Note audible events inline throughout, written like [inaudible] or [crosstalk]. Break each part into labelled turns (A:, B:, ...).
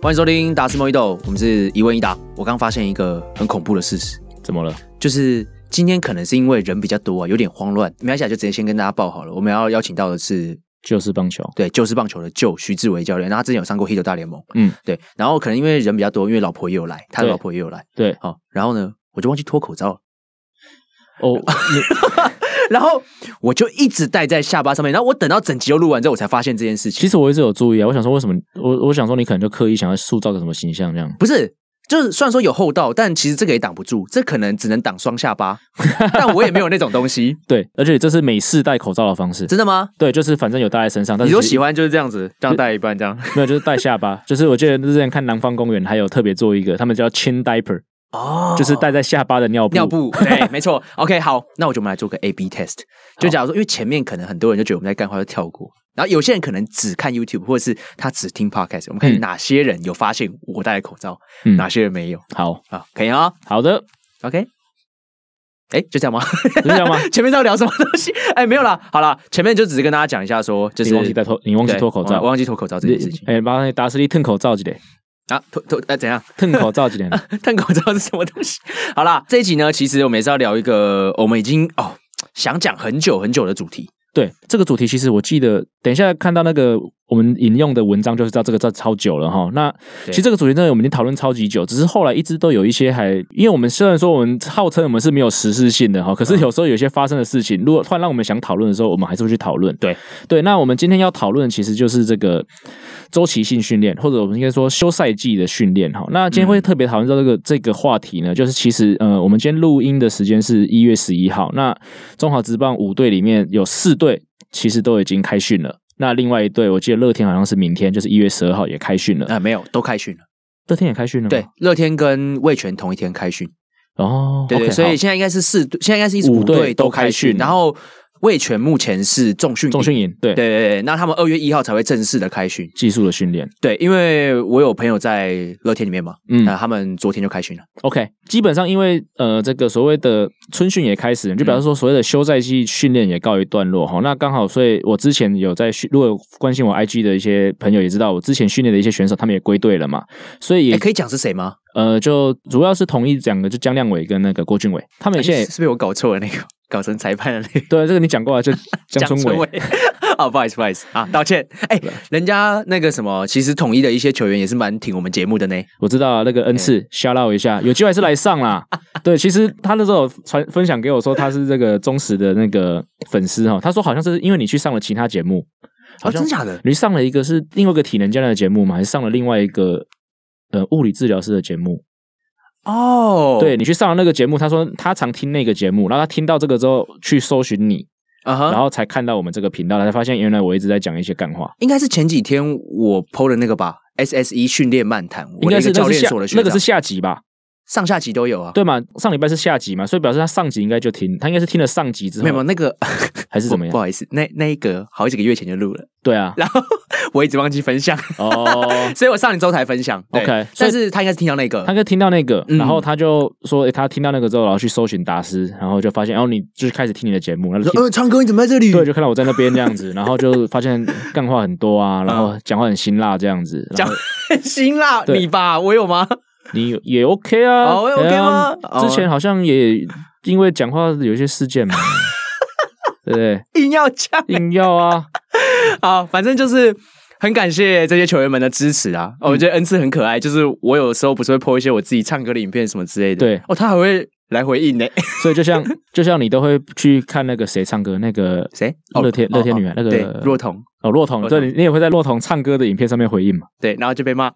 A: 欢迎收听《达斯莫伊豆》，我们是一问一答。我刚发现一个很恐怖的事实，
B: 怎么了？
A: 就是今天可能是因为人比较多啊，有点慌乱。没关系啊，就直接先跟大家报好了。我们要邀请到的是，
B: 就是棒球。
A: 对，就是棒球的旧徐志伟教练，那他之前有上过 Hit 大联盟，
B: 嗯，
A: 对。然后可能因为人比较多，因为老婆也有来，他的
B: 对
A: 老婆也有来，
B: 对，
A: 好、然后呢，我就忘记脱口罩了， [laughs]
B: 哦，你
A: 然后我就一直戴在下巴上面。然后我等到整集都录完之后，我才发现这件事情。
B: 其实我一直有注意啊，我想说为什么我我想说你可能就刻意想要塑造个什么形象这样。
A: 不是，就是虽然说有厚道，但其实这个也挡不住，这可能只能挡双下
B: [laughs]
A: 巴。但我也没有那种东西，
B: 对，而且这是美式戴口罩的方式。
A: 真的吗？
B: 对，就是反正有戴 [laughs] 在身上，但
A: 你
B: 是
A: 说
B: 其实
A: 喜欢就是这样子，这样戴一半这样。
B: 没有，就是戴下巴。就是我记得之前看《南方公园》，还有特别做一个，他们叫 chin diaper，
A: 哦
B: 就是戴在下巴的尿布。
A: 尿
B: [laughs]
A: 布，对，没错。OK，好，那我就我们来做个 A/B test。就假如说，因为前面可能很多人就觉得我们在干话就跳过，然后有些人可能只看 YouTube 或者是他只听 Podcast，我们看
B: 嗯
A: 哪些人有发现我戴了口罩，
B: 嗯
A: 哪些人没有
B: 好
A: 啊？可以啊、
B: 好的，
A: o k 哎，就这样吗？ [laughs]
B: 就这样吗？
A: 前面在聊什么东西？哎，没有啦，好啦，前面就只是跟大家讲一下说，就是
B: 你忘记戴脱，你忘记
A: 对
B: 脱口罩
A: 我。忘记脱口罩这件事情
B: 哎，麻烦达斯利吞口罩几点？
A: 啊，脱脱哎怎样？
B: 吞口罩
A: [laughs]
B: 几点？
A: 但口罩是什么东西？好啦，这一集呢，其实我们也是要聊一个我们已经哦想讲很久很久的主题。
B: 对这个主题，其实我记得，等一下看到那个我们引用的文章，就知道这个这超久了哈。那
A: 对
B: 其实这个主题真的我们已经讨论超级久，只是后来一直都有一些还，因为我们虽然说我们号称我们是没有实施性
A: 嗯
B: 的哈，可是有时候有些发生的事情，如果突然让我们想讨论的时候，我们还是会去讨论。
A: 对
B: 对，那我们今天要讨论的其实就是这个周期性训练，或者我们应该说休赛季的训练哈。那今天会特别讨论到
A: 嗯
B: 这个、这个话题呢，就是其实呃，我们今天录音的时间是一月十一号，那中华职棒五队里面有四队其实都已经开训了。那另外一队，我记得乐天好像是明天，就是一月十二号也开训了。
A: 啊、没有，都开训了。
B: 乐天也开训了吗？
A: 对，乐天跟味全同一天开训，
B: 哦，
A: 对对
B: OK，
A: 所
B: 好
A: 以现在应该是四队，现在应该是
B: 五
A: 五
B: 队
A: 队
B: 都
A: 都开
B: 开
A: 训，
B: 训
A: 然后味全目前是重训营
B: 重训。营对
A: 对对对，对那他们二月一号才会正式的开训。
B: 技术的训练，
A: 对，因为我有朋友在乐天里面嘛，
B: 嗯
A: 那他们昨天就开训了。
B: OK，基本上因为呃，这个所谓的春训也开始
A: 嗯
B: 了，就表示说所谓的休赛季训练也告一段落哈。那刚好，所以我之前有在训，如果有关心我 IG 的一些朋友也知道，我之前训练的一些选手他们也归队了嘛，所以也、
A: 哎，可以讲是谁吗？
B: 呃，就主要是同意两个，就姜亮伟跟那个郭俊伟，他
A: 哎
B: 们也现在也、
A: 是不是我搞错了那个，搞成裁判的那个？
B: 对这个你讲过啊，就
A: [laughs]
B: 江春伟，
A: 哦，不好意思，不好意思啊，道歉。哎、人家那个什么，其实统一的一些球员也是蛮挺我们节目的呢。
B: 我知道啊，那个恩赐 shout out 一下，有机会还是来上
A: [laughs]
B: 啦。对，其实他那时候有传分享给我说他是这个忠实的那个粉丝哈，他说好像是因为你去上了其他节目，
A: 哦，
B: 好
A: 真
B: 像
A: 的假的？
B: 你上了一个是另外一个体能教练的节目嘛，还是上了另外一个呃物理治疗师的节目？
A: 哦，
B: 对，你去上了那个节目，他说他常听那个节目，然后他听到这个之后去搜寻你，
A: 啊
B: 然
A: 哈，
B: 后才看到我们这个频道，才发现原来我一直在讲一些干话，
A: 应该是前几天我 PO 的那个吧，SSE 训练漫谈，我的
B: 应该是
A: 一个
B: 那
A: 教
B: 是
A: 练
B: 下
A: 所的学
B: 那
A: 长，
B: 个是下集吧？
A: 上下集都有啊。
B: 对嘛？上礼拜是下集嘛，所以表示他上集应该就听，他应该是听了上集之后
A: 没有没有那个
B: 还 [laughs] 是怎么
A: [laughs] 不不
B: 样？
A: 好意思，那那一个好几个月前就录了， [laughs]
B: 对啊，
A: 然后我一直忘记分享， [laughs]
B: 哦，
A: 所以我上一周才分享。对
B: OK，所
A: 但
B: 以
A: 是他应该是听到那个
B: [laughs] 他，就听到那个，
A: 嗯
B: 然后他就说，诶他听到那个之后，然后去搜寻达斯，然后就发现，然后哦你就是开始听你的节目，然后就听
A: 说呃，昌哥你怎么在这里？ [laughs]
B: 对，就看到我在那边这样子，然后就发现干话很多啊，然
A: 嗯
B: 后讲话很辛辣这样子。然后
A: 辛辣，
B: 对
A: 你吧，我有吗？ [laughs]
B: 你也 OK 啊？
A: 哦我也 OK
B: 对
A: 吗
B: 啊
A: 哦
B: 之前好像也因为讲话有一些
A: [laughs]
B: 事件嘛，对不对？
A: 硬要讲。
B: 硬要啊，
A: [laughs] 好，反正就是很感谢这些球员们的支持啊！哦
B: 嗯
A: 我觉得恩赐很可爱，就是我有时候不是会 po 一些我自己唱歌的影片什么之类的，
B: 对
A: 哦，他还会来回
B: [laughs]
A: 应呢。
B: 所以就像就像你都会去看那个谁唱歌，那个
A: 谁？
B: 乐天
A: 哦
B: 乐天女孩
A: 哦
B: 那个
A: 对若彤，
B: 哦洛彤，
A: 洛
B: 对，
A: 彤
B: 你你也会在洛彤唱歌的影片上面回应嘛？
A: 对，然后就被骂。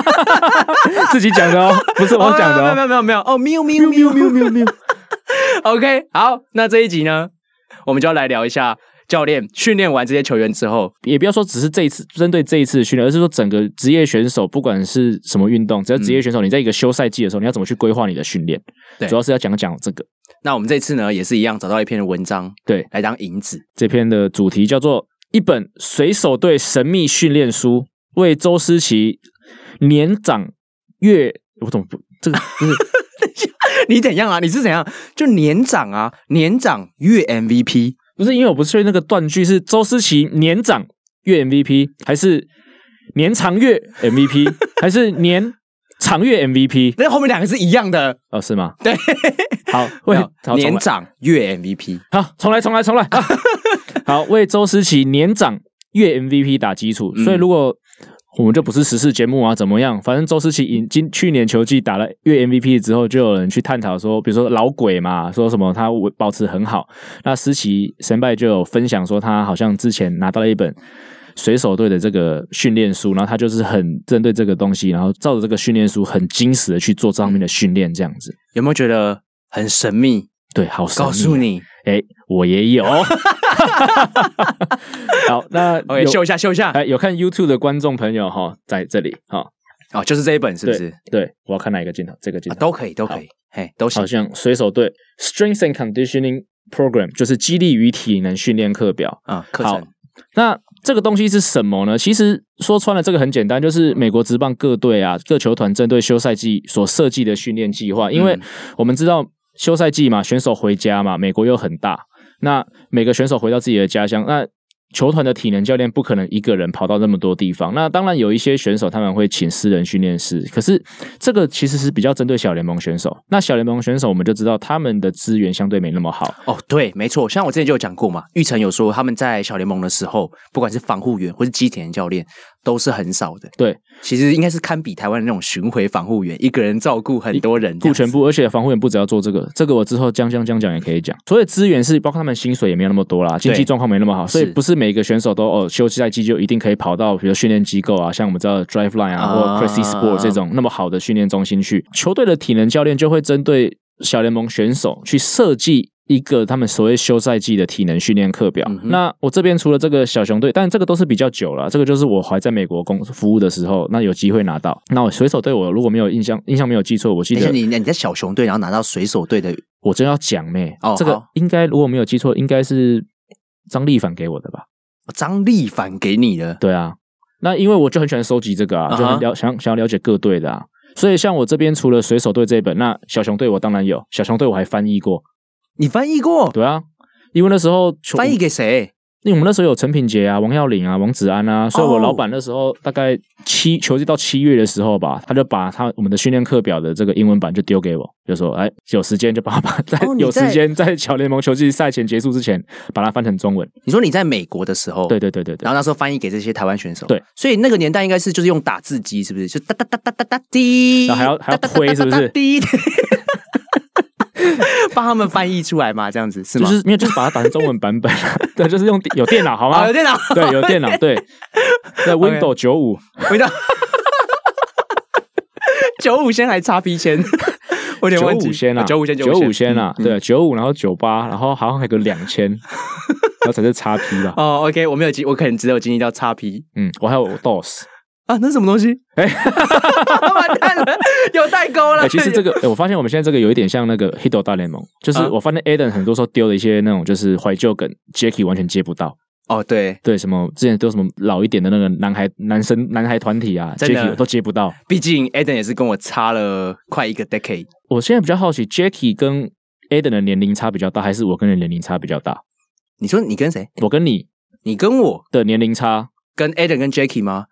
B: [laughs] 自己讲的哦，不 [laughs] 是我讲的
A: 哦没
B: 哦。
A: 有没有没有没有哦，喵喵喵喵喵喵。OK，好，那这一集呢，我们就要来聊一下教练训练完这些球员之后，
B: 也不要说只是这一次针对这一次的训练，而是说整个职业选手，不管是什么运动，只要职业选手，你在一个休赛季的时候，你要怎么去规划你的训练？
A: 对
B: 主要是要讲讲这个。
A: 那我们这次呢也是一样找到一篇文章
B: 对，
A: 来当引子。 [laughs]
B: 这篇的主题叫做《一本水手队神秘训练书》。为周思齐年长越，我怎么不这个不是
A: 你怎样啊？你是怎样？就年长啊，年长越 MVP，
B: 不是因为我不确定那个断句是周思齐年长越 MVP 还是年长越 MVP 还是年长越 MVP
A: 那后面两个是一样的。
B: 哦是吗？
A: 对，
B: 好，为好重来
A: 年长越 MVP，
B: 好，重来，重来，重来。
A: [laughs]
B: 啊好，为周思齐年长月 MVP 打基础，
A: 嗯
B: 所以如果我们就不是时事节目啊，怎么样？反正周思齐已经去年球季打了月 MVP 之后，就有人去探讨说，比如说老鬼嘛，说什么他维保持很好。那思齐神拜就有分享说，他好像之前拿到了一本。水手队的这个训练书，然后他就是很针对这个东西，然后照着这个训练书很精实的去做这方面的训练，这样子。
A: 有没有觉得很神秘？
B: 对，好神秘啊，
A: 告诉你
B: 哎，我
A: [laughs]
B: 也有。好，那
A: ，OK，
B: 有
A: 秀一下，秀一下。
B: 哎有看 YouTube 的观众朋友哈、在这里哈、
A: 哦，就是这一本是不是？
B: 对我要看哪一个镜头？这个镜
A: 啊
B: 头、
A: 都可以，都可以，嘿，都行
B: 好。像水手队 Strength and Conditioning Program 就是激励与体能训练课表。
A: 嗯，课
B: 好
A: 程，
B: 那这个东西是什么呢？其实说穿了，这个很简单，就是美国职棒各队啊、各球团针对休赛季所设计的训练计划。因为
A: 嗯
B: 我们知道休赛季嘛，选手回家嘛，美国又很大，那每个选手回到自己的家乡，那球团的体能教练不可能一个人跑到那么多地方。那当然有一些选手他们会请私人训练师，可是这个其实是比较针对小联盟选手。那小联盟选手我们就知道他们的资源相对没那么好。
A: 哦，对，没错，像我之前就有讲过嘛，玉成有说他们在小联盟的时候，不管是防护员或是基田教练，都是很少的。
B: 对，
A: 其实应该是堪比台湾那种巡回防护员，一个人照顾很多人，
B: 顾全。部，而且防护员不只要做这个，这个我之后将将将讲也可以讲。所以资源是包括他们薪水也没有那么多啦，经济状况没那么好，所以
A: 是
B: 不是每个选手都哦休赛季就一定可以跑到比如训练机构啊，像我们知道的 Drive Line 啊
A: 啊
B: 或 Crazy Sport 这种那么好的训练中心去。球队的体能教练就会针对小联盟选手去设计。一个他们所谓休赛季的体能训练课表，
A: 嗯哼
B: 那我这边除了这个小熊队，但这个都是比较久了，这个就是我还在美国工服务的时候，那有机会拿到。那我水手队，我如果没有印象，印象没有记错，我记
A: 等一
B: 得
A: 下你你在小熊队，然后拿到水手队的
B: 我真要讲呢、
A: 哦
B: 这个
A: 好
B: 应该如果没有记错，应该是张力凡给我的吧？
A: 张力凡给你的，
B: 对啊，那因为我就很喜欢收集这个啊，
A: 啊哈
B: 就很了想想要了解各队的啊。所以像我这边除了水手队这一本，那小熊队我当然有，小熊队我还翻译过，
A: 你翻译过？
B: 对啊，因为那时候球
A: 翻译给谁？
B: 因为我们那时候有陈品杰啊、王耀林啊、王子安啊，所以我
A: 哦
B: 老板那时候大概七球季到七月的时候吧，他就把他我们的训练课表的这个英文版就丢给我，就说：“哎，有时间就把它把在、 [laughs]
A: 哦你
B: 有时
A: 在
B: 间在小联盟球季赛前结束之前把它翻成中文。
A: 你说你在美国的时候，
B: 对对对对对
A: 然，后那时候翻译给这些台湾选手，
B: 对，
A: 所以那个年代应该是就是用打字机，是不是？就哒哒哒哒哒哒滴，
B: 然后还要还要推是不是
A: 滴， [laughs] 帮他们翻译出来嘛，这样子是
B: 就
A: 吗？
B: 是没有，就是把它打成中文版本，啊 [laughs] 对，就是用有电脑好吗
A: 啊，有？电脑，
B: 对，有电
A: [laughs]
B: 脑，对，在 Windows 九五，
A: 回到 [laughs] 九五先还 [laughs] 差 P 签，我有点
B: 九
A: 忘记哦
B: 五先啊，
A: 九五先，
B: 九五先啊，
A: 嗯嗯
B: 对，九五，然后九八，然后好像还有个两
A: [laughs]
B: 千，然后才是叉 P 吧。
A: 哦，OK，我没有经，我可能只有经历到差 P
B: 嗯，我还有 DOS。
A: 啊，那是什么东西？哎， [laughs] 完蛋了，有代沟 [laughs]
B: 哎、
A: 了。
B: 其实这个、哎我发现我们现在这个有一点像那个《Hito 大联盟》，就是
A: 啊
B: 我发现 Aden 很多时候丢的一些那种就是怀旧梗，Jacky 完全接不到。
A: 哦，对，
B: 对，什么之前都什么老一点的那个男孩、男生、男孩团体啊
A: 真的
B: ，Jacky 我都接不到。
A: 毕竟 Eden 也是跟我差了快一个 decade。
B: 我现在比较好奇，Jacky 跟 Aden 的年龄差比较大，还是我跟你的年龄差比较大？
A: 你说你跟谁？
B: 我跟你
A: 你跟我
B: 的年龄差
A: 跟 Eden 跟 Jacky 吗？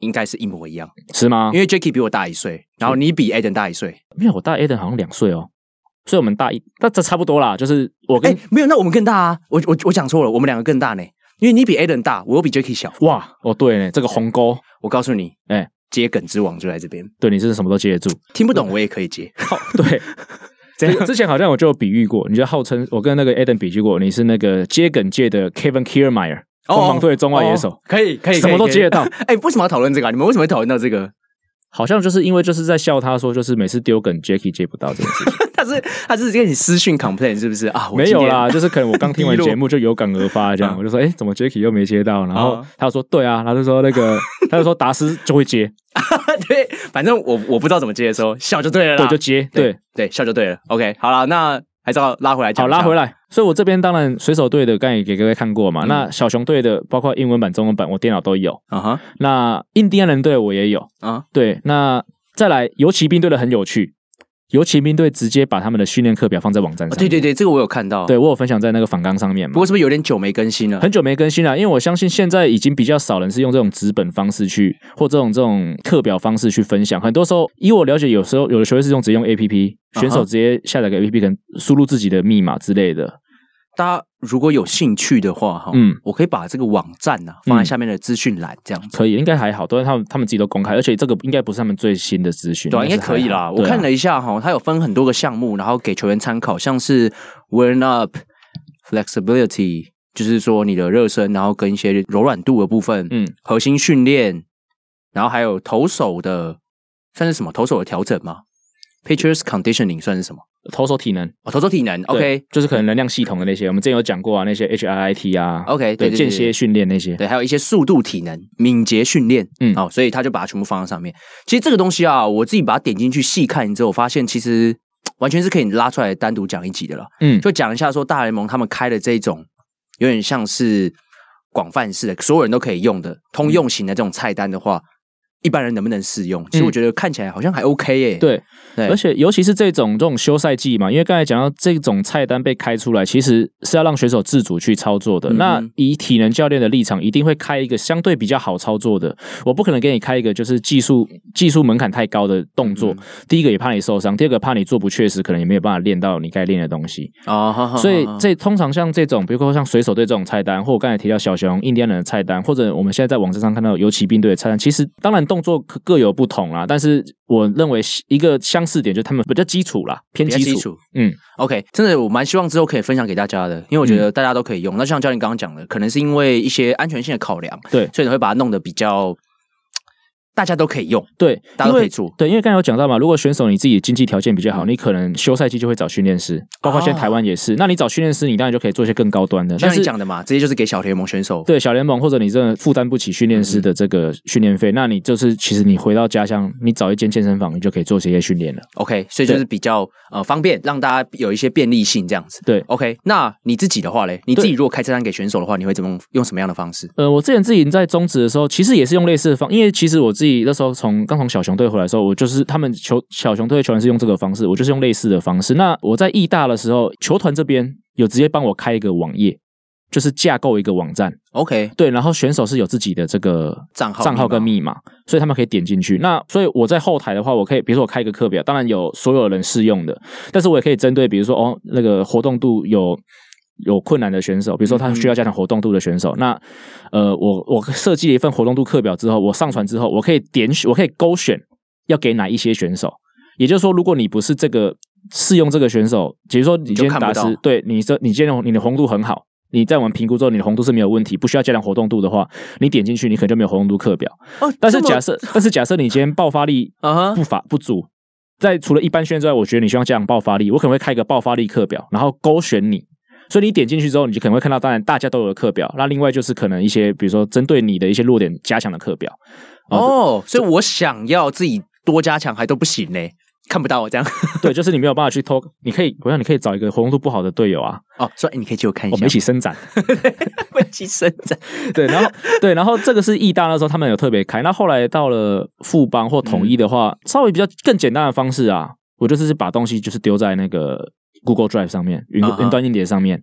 A: 应该是一模一样，
B: 是吗？
A: 因为 Jacky 比我大一岁，然后你比 Eden 大一岁。
B: 没有，我大 Aden 好像两岁哦，所以我们大一，那这差不多啦。就是我
A: 哎、
B: 跟、
A: 没有，那我们更大啊！我我我讲错了，我们两个更大呢，因为你比 Eden 大，我又比 Jacky 小。
B: 哇，哦对呢，这个鸿沟，
A: 我告诉你，
B: 哎
A: 接梗之王就在这边，
B: 对你是什么都接得住。
A: 听不懂我也可以接。
B: 好，对。之之前好像我就有比喻过，你就号称我跟那个 Adam 比喻过，你是那个接梗界的 Kevin Kiermaier，
A: 哦
B: 锋芒队的中外野手，
A: 哦可以可以，
B: 什么都接得到
A: 可以。可以哎、为什么要讨论这个、啊？你们为什么会讨论到这个？ [laughs]
B: 好像就是因为就是在笑他说，就是每次丢梗 Jacky 接不到这件事情，
A: 他是他是跟你私讯 complain 是不是 [laughs] 啊？我
B: 没
A: 今
B: 有
A: 天
B: 啦，，就是可能我刚听完节目就有感而发这样，
A: 嗯
B: 我就说，哎、怎么 Jacky 又没接到？然后
A: 啊
B: 他就说，对啊，他就说那
A: [laughs]
B: 个，他就说达斯就会接，
A: [laughs] 对，反正我我不知道怎么接的时候，笑就对了啦。
B: 对，就接，对，
A: 对，笑就对了。OK，好了，那还是要拉回来讲嗯
B: 好，
A: 一下。
B: 拉回来。所以我这边当然水手队的刚才也给各位看过嘛，那小熊队的包括英文版、中文版，我电脑都有。
A: 啊哈
B: 那印第安人队我也有。
A: 啊
B: 对，那再来游骑兵队的很有趣，游骑兵队直接把他们的训练课表放在网站
A: 啊
B: 上。
A: 对对对，这个我有看到。，
B: 对我有分享在那个反纲上面
A: 不
B: 嘛。
A: 过是不是有点久没更新了？
B: 很久没更新了，因为我相信现在已经比较少人是用这种纸本方式去，或这种这种课表方式去分享。很多时候，以我了解，有时候有的球队是用直接用 A P P，选手
A: 啊哈
B: 直接下载个 A P P，可能输入自己的密码之类的。
A: 大家如果有兴趣的话，哈，
B: 嗯，
A: 我可以把这个网站呐、放在下面的资讯栏这样子。
B: 可以，应该还好，都是他们他们自己都公开，而且这个应该不是他们最新的资讯，
A: 对啊，应该
B: 但是还
A: 可
B: 好
A: 以啦。
B: 对
A: 我
B: 啊
A: 看了一下哈，它有分很多个项目，然后给球员参考，像是 warm up、flexibility，就是说你的热身，然后跟一些柔软度的部分，
B: 嗯，
A: 核心训练，然后还有投手的，算是什么？投手的调整吗？Pitchers conditioning 算是什么？
B: 投手体能
A: 哦，投手体能。
B: 对
A: OK
B: 就是可能能量系统的那些，我们之前有讲过啊，那些 H I I T 啊
A: OK，对
B: 对
A: 对
B: 间歇训练那些，
A: 对，还有一些速度体能、敏捷训练，
B: 嗯
A: 好、所以他就把它全部放在上面。其实这个东西啊，我自己把它点进去细看之后，我发现其实完全是可以拉出来单独讲一集的了。
B: 嗯，
A: 就讲一下说大联盟他们开的这一种有点像是广泛式的，所有人都可以用的通用型的这种菜单的话，一般人能不能适用？其实我觉得看起来好像还 OK 耶、
B: 嗯对，
A: 对
B: 而且尤其是这种这种休赛季嘛，因为刚才讲到这种菜单被开出来，其实是要让选手自主去操作的。
A: 嗯哼
B: 那以体能教练的立场，一定会开一个相对比较好操作的。我不可能给你开一个就是技术技术门槛太高的动作，
A: 嗯
B: 第一个也怕你受伤，第二个怕你做不确实，可能也没有办法练到你该练的东西。
A: 啊，哈哈
B: 所以
A: 哈哈
B: 这通常像这种，比如说像水手队这种菜单，或我刚才提到小熊、印第安人的菜单，或者我们现在在网站上看到游骑兵队的菜单，其实当然动作各各有不同啦，但是我认为一个相似点就是他们比较基础啦，偏
A: 比较
B: 基
A: 基
B: 础。
A: 础，
B: 嗯
A: ，OK，真的我蛮希望之后可以分享给大家的，因为我觉得大家都可以用。那就像教练刚刚讲的，可能是因为一些安全性的考量，
B: 对
A: 所以你会把它弄得比较大家都可以用，
B: 对，
A: 大家
B: 因
A: 都可
B: 为
A: 以做
B: 对，因为刚才有讲到嘛，如果选手你自己经济条件比较好，你可能休赛季就会找训练师，包括现在
A: 啊
B: 台湾也是。那你找训练师，你当然就可以做一些更高端的。
A: 就像
B: 但
A: 你
B: 是
A: 讲的嘛，直接就是给小联盟选手，
B: 对小联盟或者你真的负担不起训练
A: 嗯
B: 师的这个训练费，那你就是其实你回到家乡，你找一间健身房，你就可以做这些训练了。
A: OK，所以就是比较呃方便，让大家有一些便利性这样子。
B: 对
A: ，OK，那你自己的话嘞，你自己
B: 对
A: 如果开车单给选手的话，你会怎么用什么样的方式？
B: 呃，我之前自己在中职的时候，其实也是用类似的方，因为其实我自己那时候从刚从小熊队回来的时候，我就是他们球小熊队的球员是用这个方式，我就是用类似的方式。那我在义大的时候，球团这边有直接帮我开一个网页，就是架构一个网站，
A: OK，
B: 对，然后选手是有自己的这个
A: 账号
B: 账号跟密码，所以他们可以点进去。那所以我在后台的话，我可以比如说我开一个课表，当然有所有人适用的，但是我也可以针对比如说哦那个活动度有。有困难的选手，比如说他需要加强活动度的选手，那呃，我我设计了一份活动度课表之后，我上传之后，我可以点选，我可以勾选要给哪一些选手。也就是说，如果你不是这个适用这个选手，比如说你今天
A: 你就看
B: 打
A: 不到
B: 是对你这你今天你的红度很好，你在我们评估之后，你的红度是没有问题，不需要加强活动度的话，你点进去你可能就没有活动度课表。
A: 哦，
B: 但是
A: 这么
B: 假设，
A: [laughs]
B: 但是假设你今天爆发力
A: 啊哈
B: 不法不足，在除了一般训练之外，我觉得你需要加强爆发力，我可能会开一个爆发力课表，然后勾选你。所以你点进去之后，你就可能会看到，当然大家都有的课表。那另外就是可能一些，比如说针对你的一些弱点加强的课表。
A: 哦，所以我想要自己多加强还都不行嘞，看不到我这样
B: [laughs] 对，就是你没有办法去偷，你可以，我想你可以找一个活动度不好的队友 [laughs] 啊，
A: [laughs] 哦，所以你可以借我看一
B: 我
A: 下
B: 们一，起伸展。
A: [laughs] 我们一起伸展。
B: [laughs] 对，然后 [laughs] 对，然后这个是义大那时候他们有特别开，那后来到了富邦或统一的话，稍微比较更简单的方式啊，我就是把东西就是丢在那个 Google Drive 上面，云
A: 啊哈
B: 云端硬碟上面，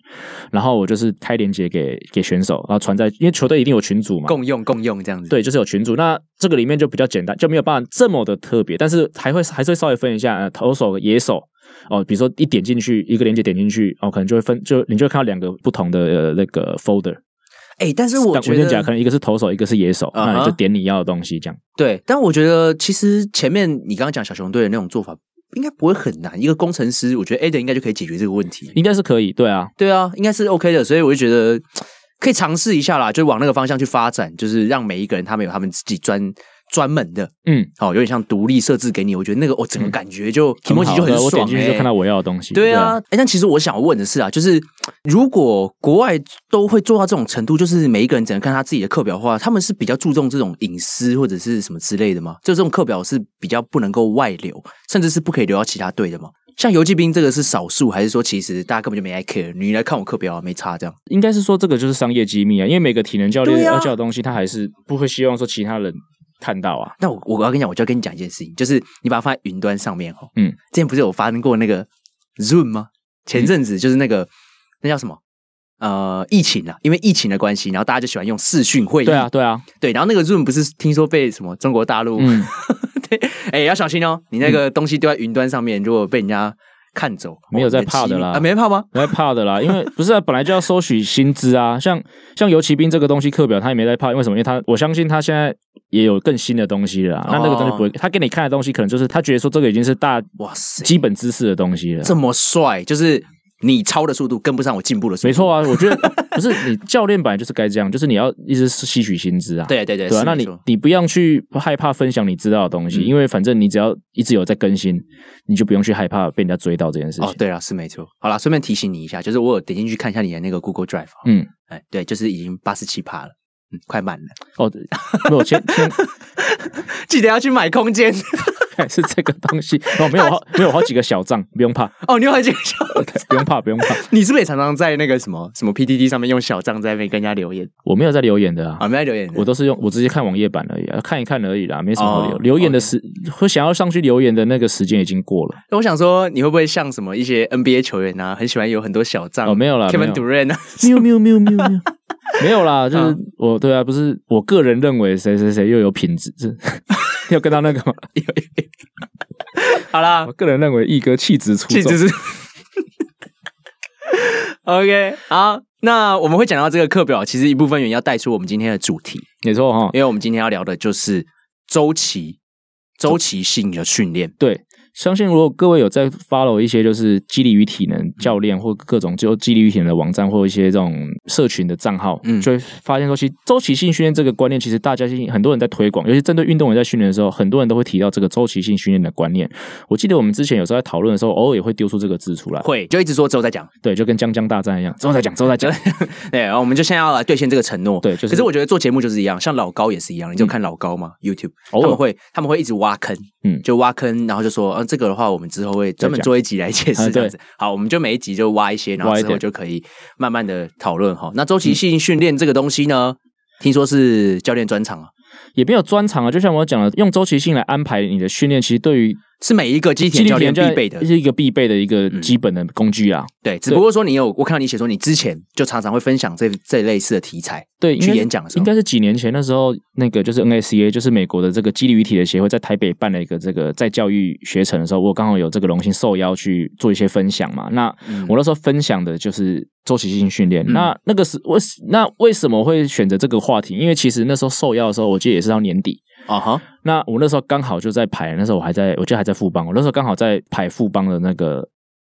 B: 然后我就是开链接给给选手，然后传在，因为球队一定有群组嘛。
A: 共用共用这样子。
B: 对，就是有群组，那这个里面就比较简单，就没有办法这么的特别，但是还会还是会稍微分一下，呃，投手、野手，哦，比如说一点进去一个链接点进去，哦，可能就会分，就你就会看到两个不同的呃那个 folder，
A: 哎、但是我
B: 但
A: 觉
B: 文件夹
A: 得
B: 可能一个是投手，一个是野手，
A: 啊哈
B: 那你就点你要的东西这样。
A: 对，但我觉得其实前面你刚刚讲小熊队的那种做法。应该不会很难，一个工程师，我觉得 Aden 应该就可以解决这个问题。
B: 应该是可以，对啊，
A: 对啊，应该是 OK 的，所以我就觉得可以尝试一下啦，就往那个方向去发展，就是让每一个人他们有他们自己专专门的，
B: 嗯，
A: 哦，有点像独立设置给你。我觉得那个我、哦、整个感觉就提
B: 很
A: 莫
B: 好
A: 奇就很
B: 对我点
A: 爽、
B: 进去
A: 欸，
B: 就看到我要的东西。
A: 对啊，，哎、但其实我想问的是啊，就是如果国外都会做到这种程度，就是每一个人只能看他自己的课表的话，他们是比较注重这种隐私或者是什么之类的吗？就这种课表是比较不能够外流，甚至是不可以流到其他队的吗？像游击兵这个是少数，还是说其实大家根本就没爱 care？你来看我课表啊没差这样。
B: 应该是说这个就是商业机密啊，因为每个体能教练
A: 对啊
B: 要教的东西，他还是不会希望说其他人看到啊。
A: 那我我要跟你讲，我就要跟你讲一件事情，就是你把它放在云端上面哦。
B: 嗯，
A: 之前不是有发生过那个 Zoom 吗？前阵子就是那个、那叫什么？呃，疫情啊，因为疫情的关系，然后大家就喜欢用视讯会议。
B: 对啊，，对啊，
A: 对。然后那个 Zoom 不是听说被什么中国大陆？
B: 嗯，
A: 对，哎、要小心哦，你那个东西丢在云端上面，如果被人家看走，
B: 没有在怕
A: 哦
B: 的
A: 你机密
B: 啦
A: 啊，没在怕吗？
B: 我在怕的啦，因 [laughs] 为不是、啊、本来就要收取薪资啊，像像游骑兵这个东西课表他也没在怕，因为什么？因为他我相信他现在也有更新的东西了
A: 哦
B: 啊，那那个东西不会，他给你看的东西可能就是他觉得说这个已经是大
A: 哇塞，
B: 基本知识的东西了。
A: 这么帅，就是你超的速度跟不上我进步的速度。
B: 没错啊，我觉得 [laughs] 不是你教练本来就是该这样，就是你要一直吸取薪资啊。
A: 对对对，
B: 对啊，
A: 是
B: 那
A: 没
B: 你
A: 错
B: 你不用去害怕分享你知道的东西，
A: 嗯
B: 因为反正你只要一直有在更新，你就不用去害怕被人家追到这件事情。
A: 哦，对啊，是没错。好啦，顺便提醒你一下，就是我有点进去看一下你的那个 Google Drive，哦
B: 嗯，
A: 哎，对，就是已经八十七趴了。嗯，快满了，
B: 哦， [laughs] 没有前前
A: 记得要去买空间
B: 是这个东西 [laughs] 哦，没有好没有好几个小账，不用怕，
A: 哦。你有这个
B: 不用怕，不用怕，
A: 你是不是也常常在那个什么什么 PTT 上面用小账在那边跟人家留言
B: 我没有在留言的
A: 啊？
B: 啊。
A: 没在留言的，
B: 我都是用我直接看网页版而已、啊，看一看而已啦，没什么好留、
A: 哦
B: 留言的时，会想要上去留言的那个时间已经过了。
A: 我想说，你会不会像什么一些 NBA 球员啊，很喜欢有很多小账？
B: 哦没有啦没
A: ，Kevin
B: 有
A: Durant 啊，
B: 喵喵喵喵喵，没有啦，就是我对啊，不是我个人认为谁谁谁又有品质，是 [laughs] 你有跟到那个吗？
A: 好啦
B: 我，个人认为毅哥气质出
A: 气
B: 众
A: 质，是。OK，好，那我们会讲到这个课表，其实一部分原因要带出我们今天的主题，
B: 没错哈。
A: 因为我们今天要聊的就是周期、周期性的训练。
B: 对，相信如果各位有在 follow 一些就是激励与体能教练或各种就激励与体能的网站或一些这种社群的账号，
A: 嗯
B: 就会发现说，其实周期性训练这个观念，其实大家现很多人在推广，尤其针对运动员在训练的时候，很多人都会提到这个周期性训练的观念。我记得我们之前有时候在讨论的时候，偶尔也会丢出这个字出来，
A: 会就一直说之后再讲，
B: 对，就跟江江大战一样，之后再讲，之后再讲。
A: 对，然后我们就现在要来兑现这个承诺。
B: 对就是嗯
A: 可是我觉得做节目就是一样，像老高也是一样，你就看老高嘛、y o u t u b e
B: 偶
A: 他
B: 尔
A: 们会他们会一直挖坑，
B: 哦嗯
A: 就挖坑，然后就说，嗯、这个的话我们之后会专门
B: 再讲
A: 做一集来解释
B: 啊
A: 这样子。好，我们就每一集就挖一些，然后
B: 挖一
A: 之后
B: 点嗯
A: 就可以慢慢的讨论哈。那周期性训练这个东西呢，听说是教练专长啊，
B: 也没有专长啊，就像我讲的，用周期性来安排你的训练，其实对于
A: 是每一个机体
B: 激
A: 能
B: 励
A: 教
B: 体
A: 练
B: 能
A: 必
B: 教练
A: 备的。嗯
B: 是一个必备的一个基本的工具啊。
A: 对，只不过说你有，我看到你写说你之前就常常会分享这这类似的题材，
B: 对，
A: 去
B: 应该是
A: 演讲的时候
B: 应该是几年前那时候，那个就是 NACA，就是美国的这个激励与体的协会，在台北办了一个这个在教育学程的时候，我刚好有这个荣幸受邀去做一些分享嘛。那
A: 嗯
B: 我那时候分享的就是周期性训练。
A: 嗯
B: 那那个是为那为什么会选择这个话题？因为其实那时候受邀的时候，我记得也是到年底，
A: 啊哈，
B: 那我那时候刚好就在排，那时候我还在，我记得还在副帮，我那时候刚好在排副帮的那个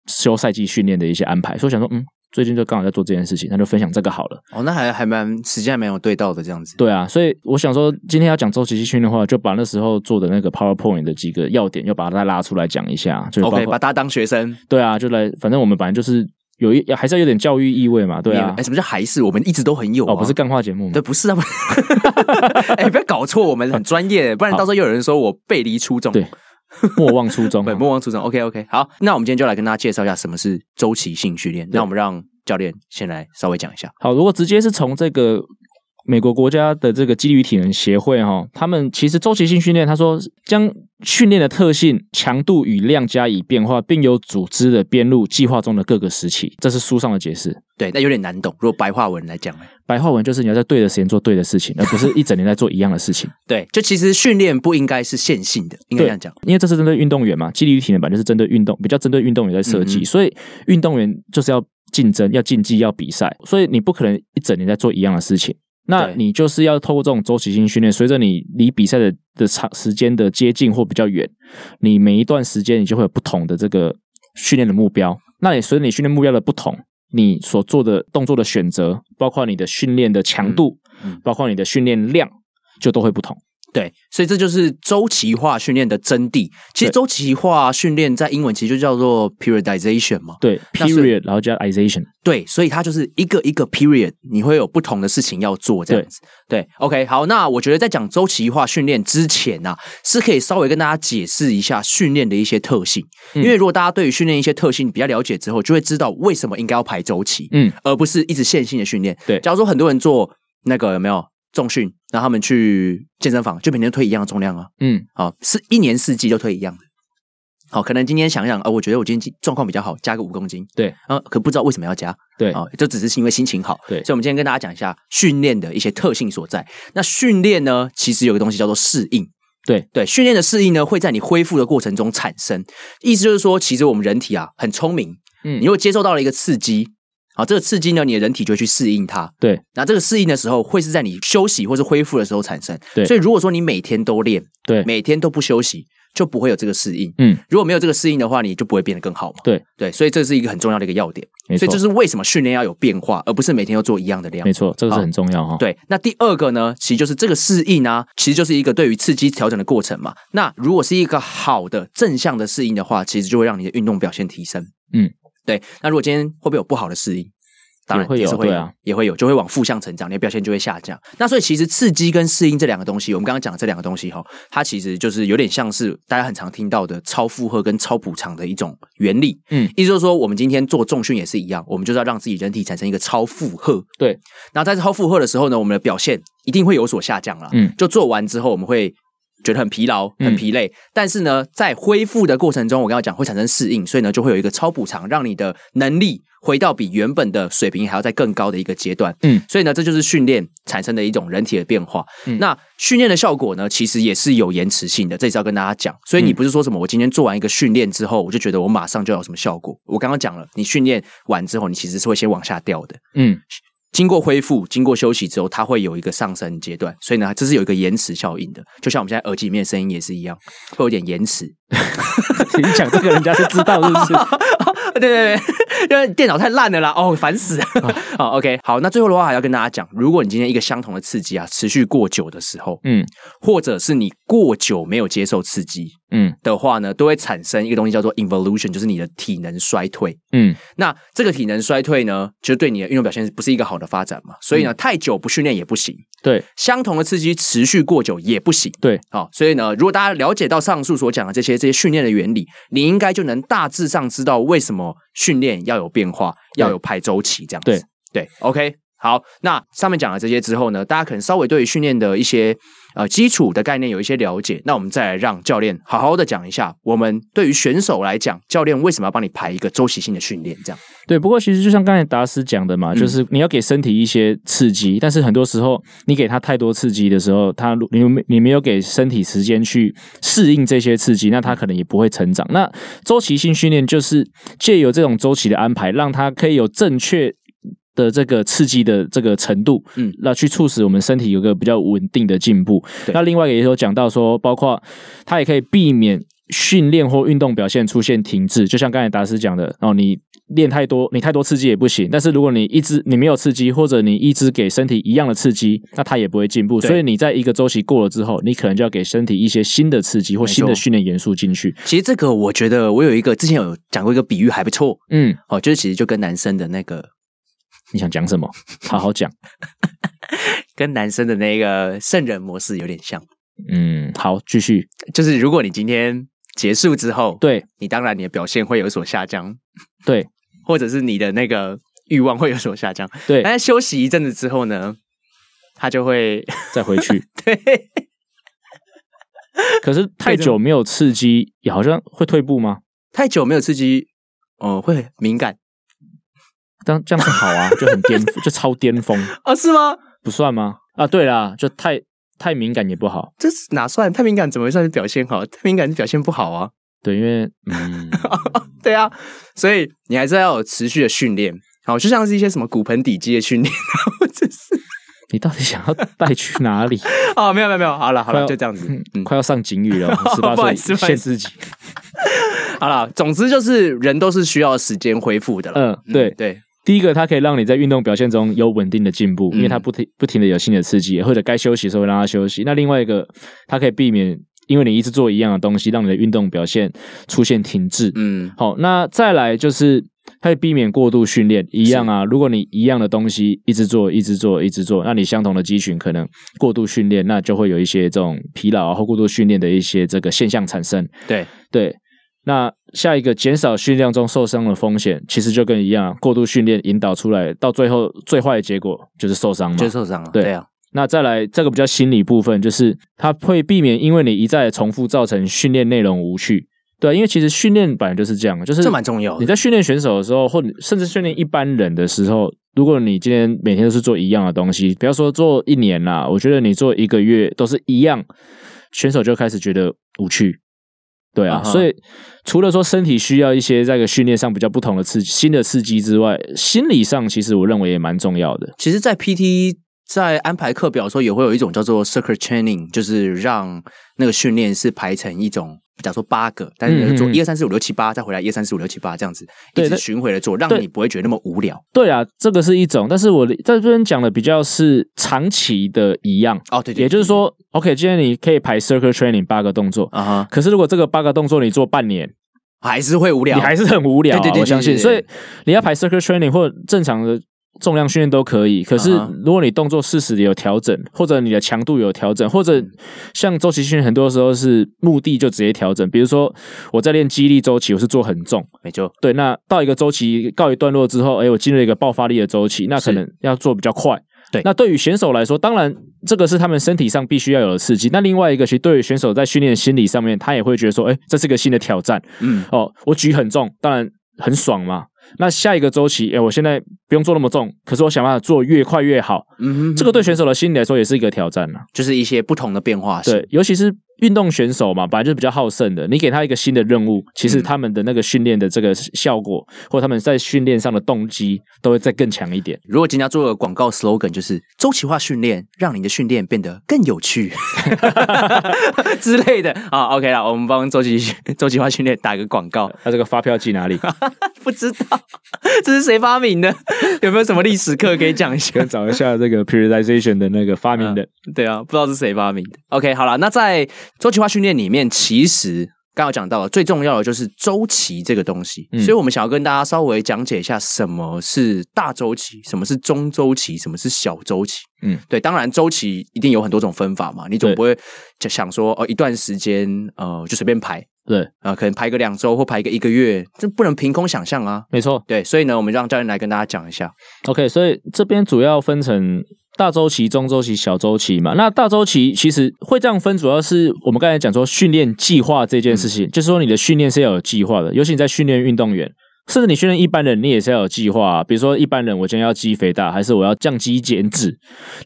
B: 休赛季训练的一些安排，所以我想说，嗯，最近就刚好在做这件事情，那就分享这个好了。
A: 哦，那还还蛮时间还蛮有对到的这样子。
B: 对啊，所以我想说，今天要讲周期性训练的话，就把那时候做的那个 PowerPoint 的几个要点，要把它再拉出来讲一下，就是包
A: OK，
B: 括
A: 把大家当学生，
B: 对啊，就来，反正我们本来就是有一还是要有点教育意味嘛，对
A: 没有
B: 啊
A: 哎，，什么叫还是？我们一直都很有啊
B: 哦，不是干话节目嘛，
A: 对，不是啊， [laughs] 不是哎、不要搞错，我们很专业，不然到时候又有人说我背离初衷。
B: 对莫忘初衷
A: [laughs]
B: 啊
A: 对，，莫忘初衷。OK OK，好，那我们今天就来跟大家介绍一下什么是周期性训练。那我们让教练先来稍微讲一下。
B: 好，如果直接是从这个美国国家的这个激励与体能协会哈、他们其实周期性训练，他说将训练的特性、强度与量加以变化，并有组织的编入计划中的各个时期，这是书上的解释。
A: 对，那有点难懂，如果白话文来讲呢，
B: 白话文就是你要在对的时间做对的事情，而不是一整年在做一样的事情。
A: 对，就其实训练不应该是线性的，应该这样讲。
B: 因为这是针对运动员嘛，激励与体能版就是针对运动，比较针对运动员在设
A: 嗯
B: 计，
A: 嗯
B: 所以运动员就是要竞争、要竞技、要比赛，所以你不可能一整年在做一样的事情。那
A: 对
B: 你就是要透过这种周期性训练，随着你离比赛的的长时间的接近或比较远，你每一段时间你就会有不同的这个训练的目标。那也随着你训练目标的不同，你所做的动作的选择，包括你的训练的强度，
A: 嗯嗯
B: 包括你的训练量，就都会不同。
A: 对，所以这就是周期化训练的真谛。其实
B: 对
A: 周期化训练在英文其实就叫做 periodization 嘛。
B: 对
A: 那是
B: ，period，然后加 ization，
A: 对，所以它就是一个一个 period，你会有不同的事情要做这样子。对 o k 好，那我觉得在讲周期化训练之前呢、啊，是可以稍微跟大家解释一下训练的一些特性，
B: 嗯
A: 因为如果大家对于训练一些特性比较了解之后，就会知道为什么应该要排周期，
B: 嗯，
A: 而不是一直线性的训练。
B: 对
A: 假如说很多人做那个有没有重训，然后他们去健身房就每天推一样的重量啊，
B: 嗯，
A: 啊，是一年四季都推一样的。好，可能今天想想，呃，我觉得我今天状况比较好，加个五公斤。
B: 对，
A: 啊，可不知道为什么要加。
B: 对
A: 啊，这只是因为心情好。
B: 对
A: 所以我们今天跟大家讲一下训练的一些特性所在。那训练呢，其实有个东西叫做适应。
B: 对
A: 对，训练的适应呢，会在你恢复的过程中产生。意思就是说，其实我们人体啊很聪明，
B: 嗯
A: 你如果接受到了一个刺激，啊，这个刺激呢，你的人体就会去适应它。
B: 对，
A: 那这个适应的时候，会是在你休息或是恢复的时候产生。
B: 对
A: 所以如果说你每天都练，
B: 对，
A: 每天都不休息，就不会有这个适应。
B: 嗯，
A: 如果没有这个适应的话，你就不会变得更好嘛。
B: 对
A: 对，所以这是一个很重要的一个要点。
B: 没
A: 所以这
B: 错，
A: 是为什么训练要有变化，而不是每天要做一样的量
B: 没。错，这个是
A: 好
B: 很重要哈。
A: 对，那第二个呢，其实就是这个适应啊，其实就是一个对于刺激调整的过程嘛。那如果是一个好的正向的适应的话，其实就会让你的运动表现提升。
B: 嗯，
A: 对。那如果今天会不会有不好的适应？当然
B: 也会有
A: 也是会
B: 对啊，
A: 也会有，就会往负向成长，你的表现就会下降。那所以其实刺激跟适应这两个东西，我们刚刚讲的这两个东西哈，它其实就是有点像是大家很常听到的超负荷跟超补偿的一种原理。
B: 嗯，
A: 意思就是说，我们今天做重训也是一样，我们就是要让自己人体产生一个超负荷。
B: 对，
A: 那在超负荷的时候呢，我们的表现一定会有所下降了。
B: 嗯，
A: 就做完之后我们会觉得很疲劳、
B: 嗯
A: 很疲累，但是呢，在恢复的过程中，我刚刚讲会产生适应，所以呢，就会有一个超补偿，让你的能力回到比原本的水平还要再更高的一个阶段。
B: 嗯，
A: 所以呢，这就是训练产生的一种人体的变化。
B: 嗯
A: 那训练的效果呢，其实也是有延迟性的，这也是要跟大家讲。
B: 嗯
A: 所以你不是说什么我今天做完一个训练之后，我就觉得我马上就要有什么效果？我刚刚讲了，你训练完之后，你其实是会先往下掉的。
B: 嗯，
A: 经过恢复、经过休息之后，它会有一个上升阶段，所以呢，这是有一个延迟效应的。就像我们现在耳机里面的声音也是一样，会有点延迟。
B: [laughs] 你讲这个人家是知道是不是？
A: [laughs] 对对对， [laughs] 因为电脑太烂了啦，哦，烦死 [laughs] 了。好、o k 好，那最后的话还要跟大家讲，如果你今天一个相同的刺激啊，持续过久的时候，
B: [laughs] 嗯
A: 或者是你过久没有接受刺激
B: 嗯
A: 的话呢，都会产生一个东西叫做 involution，就是你的体能衰退。
B: 嗯，
A: 那这个体能衰退呢，就对你的运动表现不是一个好的发展嘛，所以呢，嗯太久不训练也不行。
B: 对
A: 相同的刺激持续过久也不行。
B: 对，
A: 好、所以呢，如果大家了解到上述所讲的这些这些训练的原理，你应该就能大致上知道为什么训练要有变化，
B: 对
A: 要有排周期这样子。
B: 对
A: 对，OK，好，那上面讲了这些之后呢，大家可能稍微对于训练的一些呃基础的概念有一些了解，那我们再来让教练好好的讲一下，我们对于选手来讲，教练为什么要帮你排一个周期性的训练这样？
B: 对，不过其实就像刚才达斯讲的嘛，
A: 嗯
B: 就是你要给身体一些刺激，但是很多时候你给他太多刺激的时候，他如你没你没有给身体时间去适应这些刺激，那他可能也不会成长。那周期性训练就是借由这种周期的安排，让他可以有正确。的这个刺激的这个程度，
A: 嗯
B: 那去促使我们身体有个比较稳定的进步。
A: 对
B: 那另外也有讲到说，包括它也可以避免训练或运动表现出现停滞，就像刚才达斯讲的，哦，你练太多，你太多刺激也不行。但是如果你一直你没有刺激，或者你一直给身体一样的刺激，那它也不会进步。
A: 对
B: 所以你在一个周期过了之后，你可能就要给身体一些新的刺激或
A: 没错
B: 新的训练元素进去。
A: 其实这个我觉得我有一个之前有讲过一个比喻还不错
B: 嗯，
A: 哦，就是其实就跟男生的那个
B: 你想讲什么？好好讲。
A: 跟男生的那个圣人模式有点像，
B: 嗯，好，继续。
A: 就是如果你今天结束之后，
B: 对
A: 你当然你的表现会有所下降，
B: 对
A: 或者是你的那个欲望会有所下降。
B: 对，
A: 但是休息一阵子之后呢，他就会
B: 再回去。
A: 对
B: 可是太久没有刺激，也好像会退步吗？
A: 太久没有刺激，哦、会敏感
B: 当这样是好啊，
A: [laughs]
B: 就很巅，就超巅峰，
A: 哦，是吗？
B: 不算吗？啊，对啦，就太太敏感也不好，
A: 这是哪算太敏感？怎么会算是表现好？太敏感是表现不好啊。
B: 对，因为
A: [laughs]
B: 嗯，
A: 对啊，所以你还是要有持续的训练。好，就像是一些什么骨盆底肌的训练， [laughs] 或者是
B: 你到底想要带去哪里？
A: 哦，没有没有没有，好 [laughs] 了好了，
B: 快要
A: 就这样子。
B: 嗯，快要上警语了，十八
A: [laughs] 不好
B: 岁
A: 意思不好
B: 限
A: 意思
B: 自己。
A: 好了，总之就是人都是需要时间恢复的了。
B: 嗯对
A: 对，
B: 第一个，它可以让你在运动表现中有稳定的进步，
A: 嗯
B: 因为它不停不停的有新的刺激，或者该休息的时候会让它休息。那另外一个，它可以避免因为你一直做一样的东西，让你的运动表现出现停滞。
A: 嗯
B: 好，那再来就是它可以避免过度训练，一样啊。如果你一样的东西一直做、一直做、一直做，那你相同的肌群可能过度训练，那就会有一些这种疲劳啊或过度训练的一些这个现象产生。
A: 对，
B: 对，那下一个减少训练中受伤的风险，其实就跟一样啊，过度训练引导出来，到最后最坏的结果就是受伤嘛。
A: 就受伤了，
B: 嗯对
A: 对啊，
B: 那再来这个比较心理部分，就是它会避免因为你一再的重复造成训练内容无趣。对，啊因为其实训练本来就是这样，就是
A: 这蛮重要
B: 你
A: 的。
B: 在训练选手的时候，或者甚至训练一般人的时候，如果你今天每天都是做一样的东西，不要说做一年啦，我觉得你做一个月都是一样，选手就开始觉得无趣。对啊
A: 啊哈
B: 所以除了说身体需要一些在这个训练上比较不同的刺激、新的刺激之外，心理上其实我认为也蛮重要的。
A: 其实，在 PT 在安排课表的时候，也会有一种叫做 circuit training，就是让那个训练是排成一种。假如说八个，但是你做
B: 嗯嗯嗯
A: 一二三四五六七八，再回来一二三四五六七八这样子，
B: 对
A: 一直
B: 但
A: 巡回的做，让
B: 对
A: 你不会觉得那么无聊。
B: 对啊，这个是一种，但是我在这边讲的比较是长期的一样，
A: 哦，对对，
B: 也就是
A: 对
B: 说，OK，今天你可以排 circle training 八个动作，
A: 啊哈，
B: 可是如果这个八个动作你做半年，
A: 还是会无聊，
B: 你还是很无聊啊、
A: 对对对对
B: 我相信。
A: 对对
B: 所以你要排 circuit training 或正常的重量训练都可以。可是
A: 啊哈
B: 如果你动作适时的有调整，或者你的强度有调整，或者
A: 嗯
B: 像周期训练，很多时候是目的就直接调整。比如说我在练肌力周期，我是做很重，
A: 没错，
B: 对，那到一个周期告一段落之后，哎，我进入一个爆发力的周期，那可能要做比较快。
A: 对
B: 那对于选手来说，当然这个是他们身体上必须要有的刺激。那另外一个，其实对于选手在训练心理上面，他也会觉得说，哎，这是一个新的挑战。
A: 嗯，
B: 哦，我举很重，当然很爽嘛。那下一个周期，哎，我现在不用做那么重，可是我想办法做越快越好。
A: 嗯哼，
B: 这个对选手的心理来说也是一个挑战啊。
A: 就是一些不同的变化性。
B: 对，尤其是运动选手嘛，本来就是比较好胜的。你给他一个新的任务，其实
A: 嗯
B: 他们的那个训练的这个效果，或他们在训练上的动机，都会再更强一点。
A: 如果今天要做个广告 slogan，就是周期化训练，让你的训练变得更有趣 [laughs] 之类的啊。OK 啦，我们帮周期周期化训 [laughs] 练打个广告。
B: 那这个发票寄哪里？
A: 不知道这是谁发明的，有没有什么历史课可以讲一下？
B: 跟找一下这个 periodization 的那个发明人。
A: 对啊，不知道是谁发明的。OK，好了，那在周期化训练里面，其实刚刚有讲到了，最重要的就是周期这个东西，
B: 嗯
A: 所以我们想要跟大家稍微讲解一下什么是大周期，什么是中周期，什么是小周期。
B: 嗯，
A: 对，当然周期一定有很多种分法嘛，你总
B: 对
A: 不会就想说哦，一段时间呃就随便排
B: 对，
A: 啊、呃可能排个两周或排个一个月，这不能凭空想象啊。
B: 没错。
A: 对，所以呢，我们让教练来跟大家讲一下。
B: OK，所以这边主要分成大周期、中周期、小周期嘛。那大周期其实会这样分，主要是我们刚才讲说训练计划这件事情，就是说你的训练是要有计划的，尤其你在训练运动员。甚至你训练一般人，你也是要有计划、啊。比如说，一般人我今天要肌肥大，还是我要降肌减脂，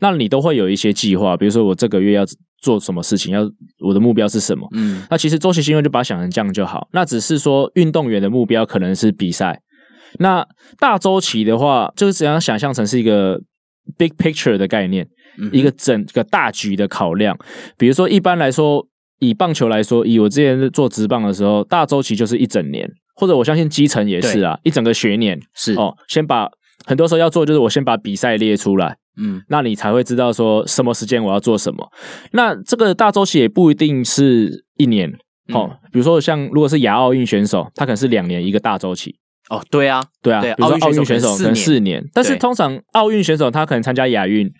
B: 那你都会有一些计划。比如说，我这个月要做什么事情，要我的目标是什么？
A: 嗯，
B: 那其实周期性就把它想成这样就好。那只是说运动员的目标可能是比赛，那大周期的话，就是怎样想象成是一个 big picture 的概念，
A: 嗯
B: 一个整个大局的考量。比如说，一般来说，以棒球来说，以我之前做职棒的时候，大周期就是一整年，或者我相信基层也是啊，一整个学年
A: 是
B: 哦。先把很多时候要做，就是我先把比赛列出来。
A: 嗯
B: 那你才会知道说什么时间我要做什么。那这个大周期也不一定是一年
A: 嗯
B: 哦，比如说像如果是亚奥运选手，他可能是两年一个大周期。
A: 哦，对啊，
B: 对啊，
A: 对
B: 比如说
A: 奥
B: 奥
A: 运
B: 运
A: 选
B: 选
A: 手
B: 手
A: 可
B: 可
A: 能
B: 能
A: 四
B: 四年，但是
A: 对
B: 通常奥运选手他可能参加亚运，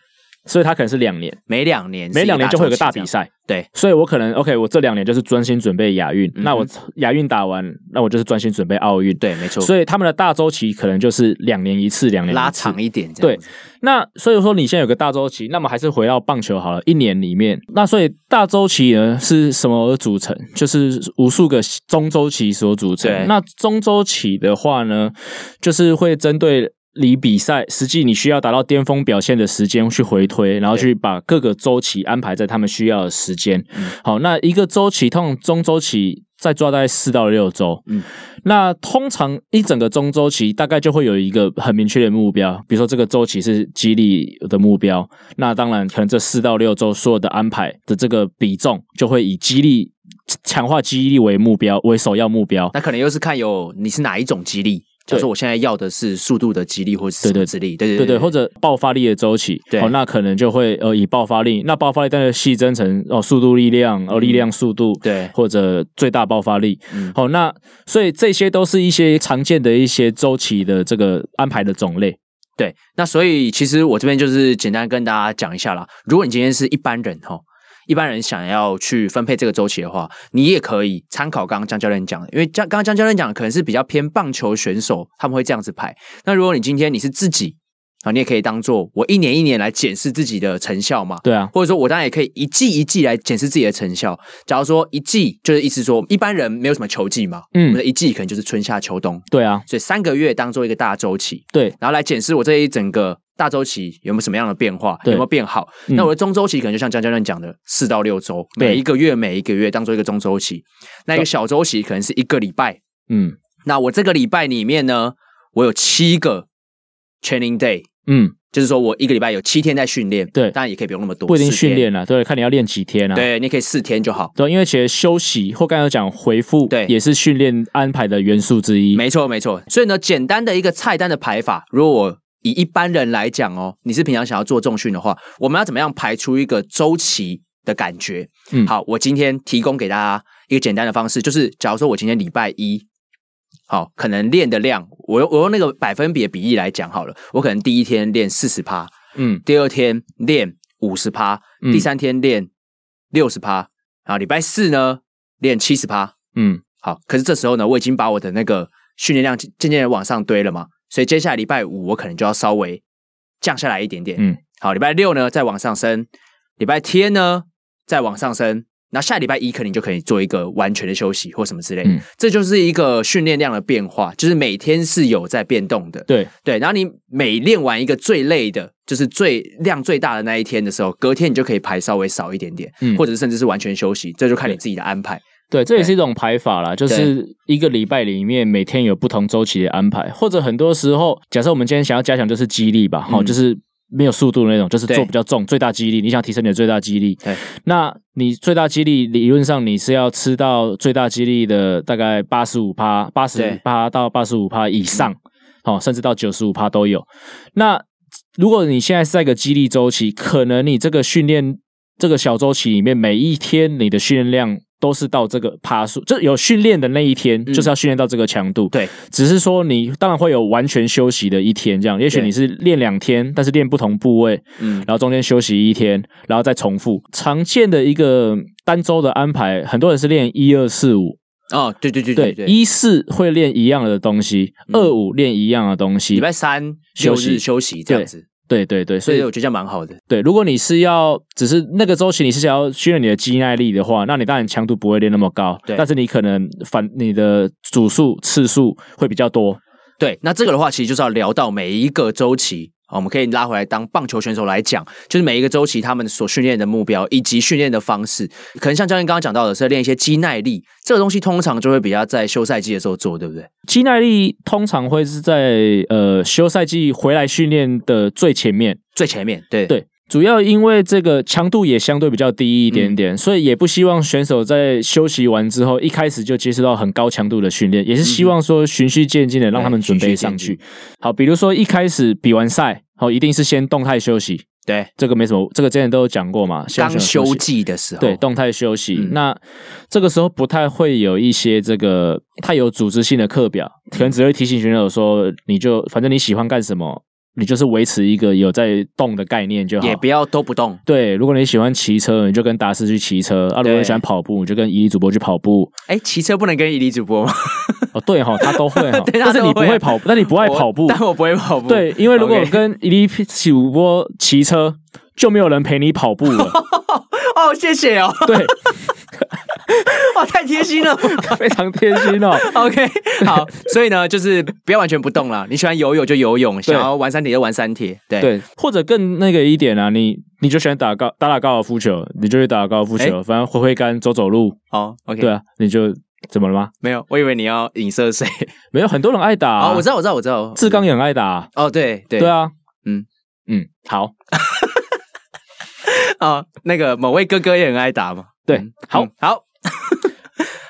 B: 所以他可能是两年，
A: 每两年是
B: 每两年就会有个大
A: 周期这
B: 比
A: 样，
B: 赛。
A: 对，嗯
B: 所以我可能 OK，我这两年就是专心准备亚运。
A: 哼
B: 那我亚运打完，那我就是专心准备奥运。，
A: 对，没错，
B: 所嗯以他们的大周期可能就是两年一次，两年一次
A: 拉长一点，这样子，
B: 那所以说你现在有个大周期，那么还是回到棒球好了，一年里面，那所以大周期呢是什么而组成？就是无数个中周期所组
A: 对
B: 成。那中周期的话呢，就是会针对。离比赛实际你需要达到巅峰表现的时间去回推，然后去把各个周期安排在他们需要的时间。好，那一个周期通常中周期再抓大概四到六周，
A: 嗯
B: 那通常一整个中周期大概就会有一个很明确的目标，比如说这个周期是激励的目标，那当然可能这四到六周所有的安排的这个比重就会以激励强化激励为目标为首要目标。
A: 那可能又是看有你是哪一种激励，假如说我现在要的是速度的激励或者是
B: 对
A: 什么
B: 对
A: 之力，对对
B: 对对，或
A: 者
B: 者爆发力的周期，
A: 对
B: 哦，那可能就会呃以爆发力，那爆发力当然细分成哦速度力量，哦力量速度，
A: 嗯对
B: 或者最大爆发力，
A: 嗯
B: 好、那所以这些都是一些常见的一些周期的这个安排的种类，
A: 对。那所以其实我这边就是简单跟大家讲一下啦。如果你今天是一般人哈，一般人想要去分配这个周期的话，你也可以参考刚刚江教练讲的，因为江刚刚江教练讲的可能是比较偏棒球选手，他们会这样子排。那如果你今天你是自己啊，你也可以当做我一年一年来检视自己的成效嘛。
B: 对啊，
A: 或者说我当然也可以一季一季来检视自己的成效。假如说一季就是意思说一般人没有什么球季嘛，我们
B: 嗯，
A: 的一季可能就是春夏秋冬，
B: 对啊，
A: 所以三个月当做一个大周期，
B: 对，
A: 然后来检视我这一整个大周期有没有什么样的变化，有
B: 对
A: 没有变好。
B: 嗯
A: 那我的中周期可能就像江教练讲的，四到六周，
B: 对
A: 每一个月每一个月当做一个中周期。那一个小周期可能是一个礼拜。
B: 嗯
A: 那我这个礼拜里面呢，我有七个 training day。
B: 嗯，
A: 就是说我一个礼拜有七天在训练，
B: 对
A: 当然也可以不用那么多，
B: 不一定
A: 四天
B: 训，练了、对，看你要练几天啊，
A: 对，你可以四天就好。
B: 对，因为其实休息或刚才有讲回复，
A: 对
B: 也是训练安排的元素之一，
A: 没错，没错。所以呢，简单的一个菜单的排法，如果我以一般人来讲哦，你是平常想要做重训的话，我们要怎么样排出一个周期的感觉？
B: 嗯
A: 好，我今天提供给大家一个简单的方式，就是假如说我今天礼拜一。好，可能练的量，我用我用那个百分比的比例来讲好了。我可能第一天练四十趴，
B: 嗯
A: 第二天练五十趴，
B: 嗯
A: 第三天练六十趴，然后礼拜四呢练七十趴，
B: 嗯
A: 好，可是这时候呢，我已经把我的那个训练量渐渐渐地往上堆了嘛，所以接下来礼拜五我可能就要稍微降下来一点点。
B: 嗯，
A: 好，礼拜六呢再往上升，礼拜天呢再往上升，那下礼拜一可能就可以做一个完全的休息或什么之类的。
B: 嗯
A: 这就是一个训练量的变化，就是每天是有在变动的。
B: 对，
A: 对，然后你每练完一个最累的，就是最量最大的那一天的时候，隔天你就可以排稍微少一点点，
B: 嗯
A: 或者甚至是完全休息，这就看你自己的安排。
B: 对，这也是一种排法啦，就是一个礼拜里面每天有不同周期的安排，或者很多时候，假设我们今天想要加强就是肌力吧，好、
A: 嗯
B: 就是没有速度的那种，就是
A: 对
B: 做比较重，最大肌力，你想提升你的最大肌力，
A: 对，
B: 那你最大肌力理论上你是要吃到最大肌力的大概八十五趴、八
A: 对嗯
B: 十趴到八十五趴以上，好、甚至到九十五趴都有。那如果你现在是在一个激励周期，可能你这个训练这个小周期里面，每一天你的训练量都是到这个趴数，就有训练的那一天，
A: 嗯
B: 就是要训练到这个强度。
A: 对，
B: 只是说你当然会有完全休息的一天，这样，也许
A: 对
B: 你是练两天，但是练不同部位，
A: 嗯，
B: 然后中间休息一天，然后再重复。常见的一个单周的安排，很多人是练一二四五，
A: 哦，对对对
B: 对
A: 对，，
B: 一四会练一样的东西，二五练一样的东西，
A: 礼拜三
B: 休
A: 休
B: 息
A: 息休息这样
B: 对
A: 子，
B: 对对对，所
A: 所
B: 以
A: 以我觉得这样蛮好的。
B: 对，如果你是要只是那个周期，你是想要训练你的肌耐力的话，那你当然强度不会练那么高，
A: 对
B: 但是你可能反你的组数次数会比较多，
A: 对，那这个的话，其实就是要聊到每一个周期。啊我们可以拉回来当棒球选手来讲，就是每一个周期他们所训练的目标以及训练的方式，可能像教练刚刚讲到的是练一些肌耐力，这个东西通常就会比较在休赛季的时候做，对不对？
B: 肌耐力通常会是在呃休赛季回来训练的最前面。
A: 最前面对
B: 对，主要因为这个强度也相对比较低一点
A: 嗯
B: 点，所以也不希望选手在休息完之后一开始就接触到很高强度的训练，
A: 嗯
B: 也是希望说循序渐进的让他们准备上
A: 循序
B: 去。好，比如说一开始比完赛，好，一定是先动态休息，
A: 对，
B: 这个没什么，这个之前都有讲过嘛，先
A: 刚休。季的时候，
B: 对，动态休息。
A: 嗯
B: 那这个时候不太会有一些这个太有组织性的课表，可能只会提醒选手说，你就反正你喜欢干什么，你就是维持一个有在动的概念就好。
A: 也不要都不动，
B: 对，如果你喜欢骑车，你就跟达斯去骑车；啊，如果
A: 对
B: 你喜欢跑步，你就跟伊利主播去跑步。
A: 哎，骑车不能跟伊犁主播吗？
B: 哦，对哈、他都会哈、
A: [laughs] 对他
B: 但是
A: 都
B: 你不
A: 会啊
B: 会跑，但你不爱跑
A: [laughs]
B: 步
A: 我。但我不会跑步，
B: 对，因为如果
A: OK
B: 跟伊利主播骑车，就没有人陪你跑步了。
A: 哦，谢谢哦， [laughs]
B: 对，
A: 哇，太贴心了。
B: 非常贴心哦。
A: [laughs] OK，好，所以呢，就是不要完全不动了。你喜欢游泳就游泳，
B: 对
A: 想要玩山铁就玩山铁，对。
B: 对，或者更那个一点啊，你你就喜欢打高打打高尔夫球，你就去打高尔夫球，反正挥挥杆、走走路，
A: 哦，OK，
B: 对啊，你就怎么了吗？
A: 没有，我以为你要影射谁。
B: 没有很多人爱打、
A: 哦，
B: 啊，
A: 我知道，我知道，我知道。
B: 志刚也很爱打啊、
A: 哦，对对
B: 对啊，
A: 嗯
B: 嗯，好，
A: 哦，那个某位哥哥也很爱打嘛。
B: 对 [laughs]
A: 嗯，
B: 好
A: 嗯好。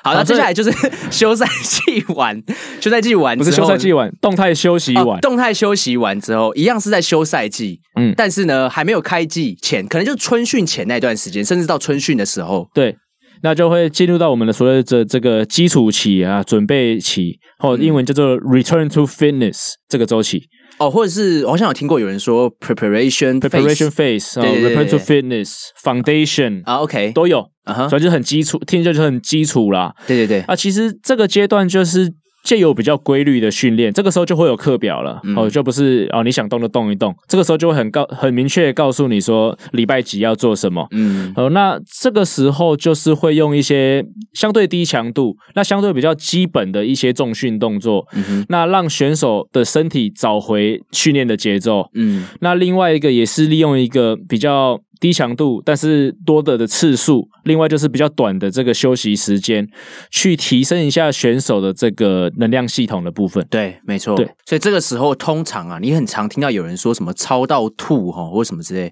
A: 好，那接下来就是休赛季
B: [laughs]
A: 完，休赛季完
B: 不是
A: 之
B: 休
A: 后
B: 赛季完，动态休息
A: 哦
B: 完，
A: 动态休息完之后，一样是在休赛季，
B: 嗯
A: 但是呢，还没有开季前，可能就是春训前那段时间，甚至到春训的时候，
B: 对，那就会进入到我们的所谓的这这个基础期啊，准备期，
A: 嗯
B: 或者英文叫做 return to fitness 这个周期
A: 哦，或者是我好像有听过有人说 preparation phase
B: ，preparation phase，
A: 对对对
B: r e t u r n
A: 对
B: to fitness foundation
A: 啊，OK，
B: 都有，
A: 啊哈
B: 主，要就是很基础，听起来就是很基础啦。
A: 对对对，
B: 啊，其实这个阶段就是借由比较规律的训练，这个时候就会有课表了、
A: 嗯
B: 哦，就不是哦你想动就动一动，这个时候就会很告很明确地告诉你说礼拜几要做什么。
A: 嗯
B: 呃，那这个时候就是会用一些相对低强度、那相对比较基本的一些重训动作，
A: 嗯
B: 那让选手的身体找回训练的节奏。
A: 嗯
B: 那另外一个也是利用一个比较低强度，但是多的的次数，另外就是比较短的这个休息时间，去提升一下选手的这个能量系统的部分。
A: 对，没错，
B: 对，
A: 所以这个时候通常啊，你很常听到有人说什么超到吐哈，或什么之类，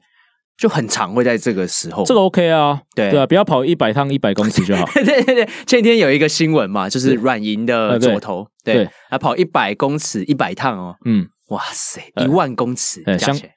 A: 就很常会在这个时候，
B: 这个 OK 啊，
A: 对。
B: 对啊，不要跑一百趟一百公尺就好
A: 对 [laughs] 对对，前几天有一个新闻嘛，就是软银的
B: 呃对
A: 左投，
B: 对
A: 对，他跑一百公尺一百趟哦，
B: 嗯，
A: 哇塞，
B: 呃
A: 一万公尺
B: 呃
A: 加
B: 相
A: 起来，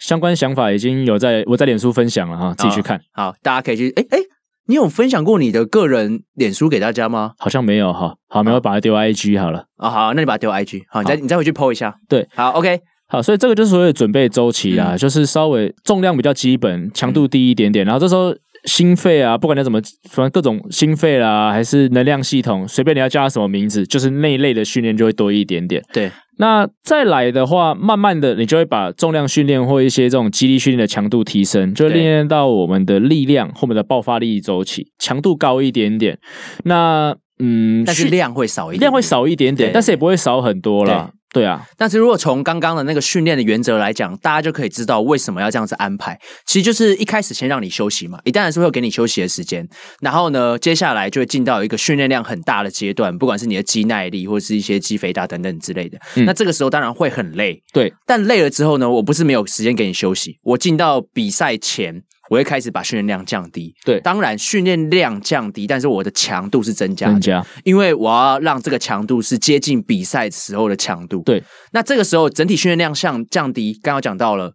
B: 相关想法已经有在我在脸书分享了哈，自己去看，
A: 好，大家可以去，哎哎，你有分享过你的个人脸书给大家吗？
B: 好像没有哈，好，没有把它丢 IG 好了。
A: 啊、好，那你把它丢 IG，好，你再你再回去 PO 一下，
B: 对，
A: 好，OK，
B: 好，所以这个就是所谓的准备周期
A: 嗯
B: 啦，就是稍微重量比较基本，强度低一点点，然后这时候心肺啊，不管你要怎么，反正各种心肺啦，还是能量系统，随便你要叫它什么名字，就是那一类的训练就会多一点点。
A: 对，
B: 那再来的话，慢慢的你就会把重量训练或一些这种肌力训练的强度提升，就会
A: 对
B: 练练到我们的力量或我们的爆发力周期，强度高一点点。那嗯，
A: 但是
B: 训
A: 量会少一点，
B: 量会。少一点点，
A: 对
B: 但是也不会少很多啦。对啊，
A: 但是如果从刚刚的那个训练的原则来讲，大家就可以知道为什么要这样子安排。其实就是一开始先让你休息嘛，一旦还是会有给你休息的时间。然后呢，接下来就会进到一个训练量很大的阶段，不管是你的肌耐力或是一些肌肥大等等之类的。
B: 嗯
A: 那这个时候当然会很累，
B: 对。
A: 但累了之后呢，我不是没有时间给你休息，我进到比赛前。我会开始把训练量降低，
B: 对
A: 当然训练量降低，但是我的强度是增加的
B: 增，加
A: 因为我要让这个强度是接近比赛时候的强度。
B: 对，
A: 那这个时候整体训练量降降低，刚刚讲到了，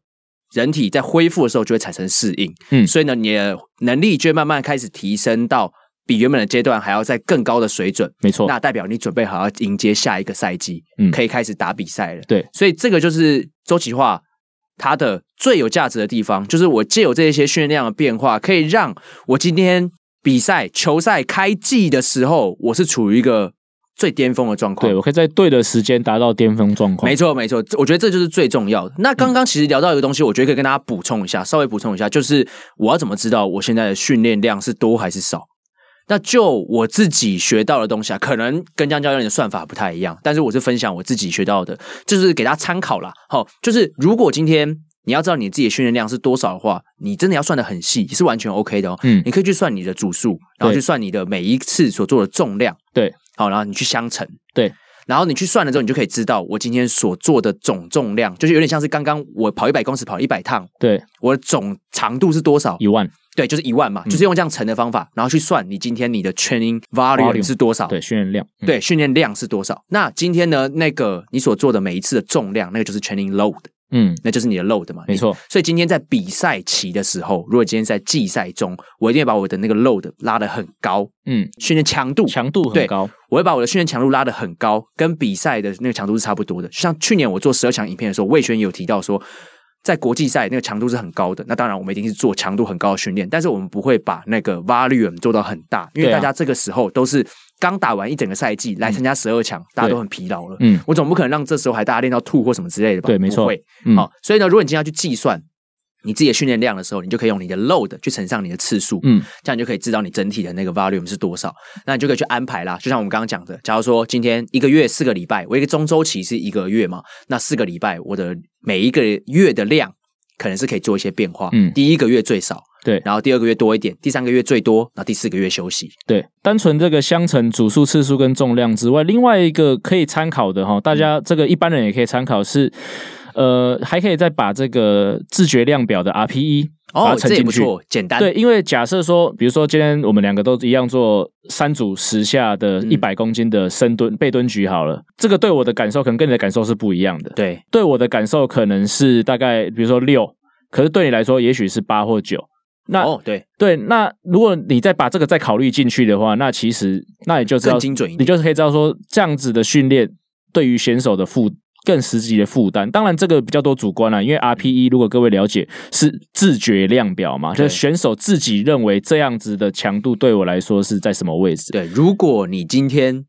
A: 人体在恢复的时候就会产生适应，
B: 嗯
A: 所以呢，你的能力就会慢慢开始提升到比原本的阶段还要在更高的水准。
B: 没错。
A: 那代表你准备好要迎接下一个赛季，
B: 嗯
A: 可以开始打比赛了。
B: 对
A: 所以这个就是周期化它的最有价值的地方，就是我借由这些训练量的变化，可以让我今天比赛、球赛开季的时候，我是处于一个最巅峰的状况
B: 对，。我可以在对的时间达到巅峰状况。
A: 没错，没错，我觉得这就是最重要的。那刚刚其实聊到一个东西，我觉得可以跟大家补充一下，稍微补充一下，就是我要怎么知道我现在的训练量是多还是少？那就我自己学到的东西啊，可能跟江教练的算法不太一样，但是我是分享我自己学到的，就是给大家参考啦。好，就是如果今天你要知道你自己的训练量是多少的话，你真的要算的很细，也是完全 OK 的哦。
B: 嗯
A: 你可以去算你的组数，然后
B: 对
A: 去算你的每一次所做的重量，
B: 对，
A: 好，然后你去相乘，
B: 对，
A: 然后你去算了之后，你就可以知道我今天所做的总重量，就是有点像是刚刚我跑一百公尺跑一百趟，
B: 对，
A: 我的总长度是多少？
B: 一万
A: 对，就是一万嘛，
B: 嗯
A: 就是用这样乘的方法，然后去算你今天你的 training volume
B: Volume，
A: 是多少。
B: 对训练量，嗯
A: 对，训练量是多少？那今天呢，那个你所做的每一次的重量，那个就是 training load，
B: 嗯，
A: 那就是你的 load 嘛。
B: 没错，
A: 所以今天在比赛期的时候，如果今天在季赛中，我一定会把我的那个 load 拉得很高，
B: 嗯，
A: 训练强度，
B: 强度很
A: 对
B: 高，
A: 我会把我的训练强度拉得很高，跟比赛的那个强度是差不多的。就像去年我做十二强影片的时候，魏轩有提到说，在国际赛那个强度是很高的。那当然，我们一定是做强度很高的训练，但是我们不会把那个 volume 做到很大，因为
B: 对啊
A: 大家这个时候都是刚打完一整个赛季来参加十二强，大家都很疲劳了。
B: 嗯
A: 我总不可能让这时候还大家练到吐或什么之类的吧？
B: 对没错
A: 不会
B: 嗯
A: 好，所以呢，如果你今天要去计算你自己的训练量的时候，你就可以用你的 load 去乘上你的次数，
B: 嗯，
A: 这样你就可以知道你整体的那个 volume 是多少，那你就可以去安排啦。就像我们刚刚讲的，假如说今天一个月四个礼拜，我一个中周期是一个月嘛，那四个礼拜我的每一个月的量可能是可以做一些变化，
B: 嗯
A: 第一个月最少，
B: 对
A: 然后第二个月多一点，第三个月最多，然后第四个月休息，
B: 对，单纯这个相乘组数、次数跟重量之外，另外一个可以参考的哈，大
A: 嗯
B: 家这个一般人也可以参考是，呃，还可以再把这个自觉量表的 RPE 把它
A: 哦，
B: 沉
A: 这也
B: 进
A: 不
B: 去。
A: 错，简单，
B: 对，，因为假设说，比如说今天我们两个都一样做三组十下的
A: 嗯
B: 一百公斤的深蹲、背蹲举好了，这个对我的感受可能跟你的感受是不一样的。
A: 对，
B: 对我的感受可能是大概比如说六，可是对你来说也许是八或九。那、
A: 哦，对，
B: 对，那如果你再把这个再考虑进去的话，那其实那你就知道
A: 更，精准一
B: 你
A: 点，
B: 就是可以知道说这样子的训练对于选手的负更实际的负担。当然，这个比较多主观啦、因为 RPE 如果各位了解是自觉量表嘛，
A: 对
B: 就是选手自己认为这样子的强度对我来说是在什么位置。
A: 对，如果你今天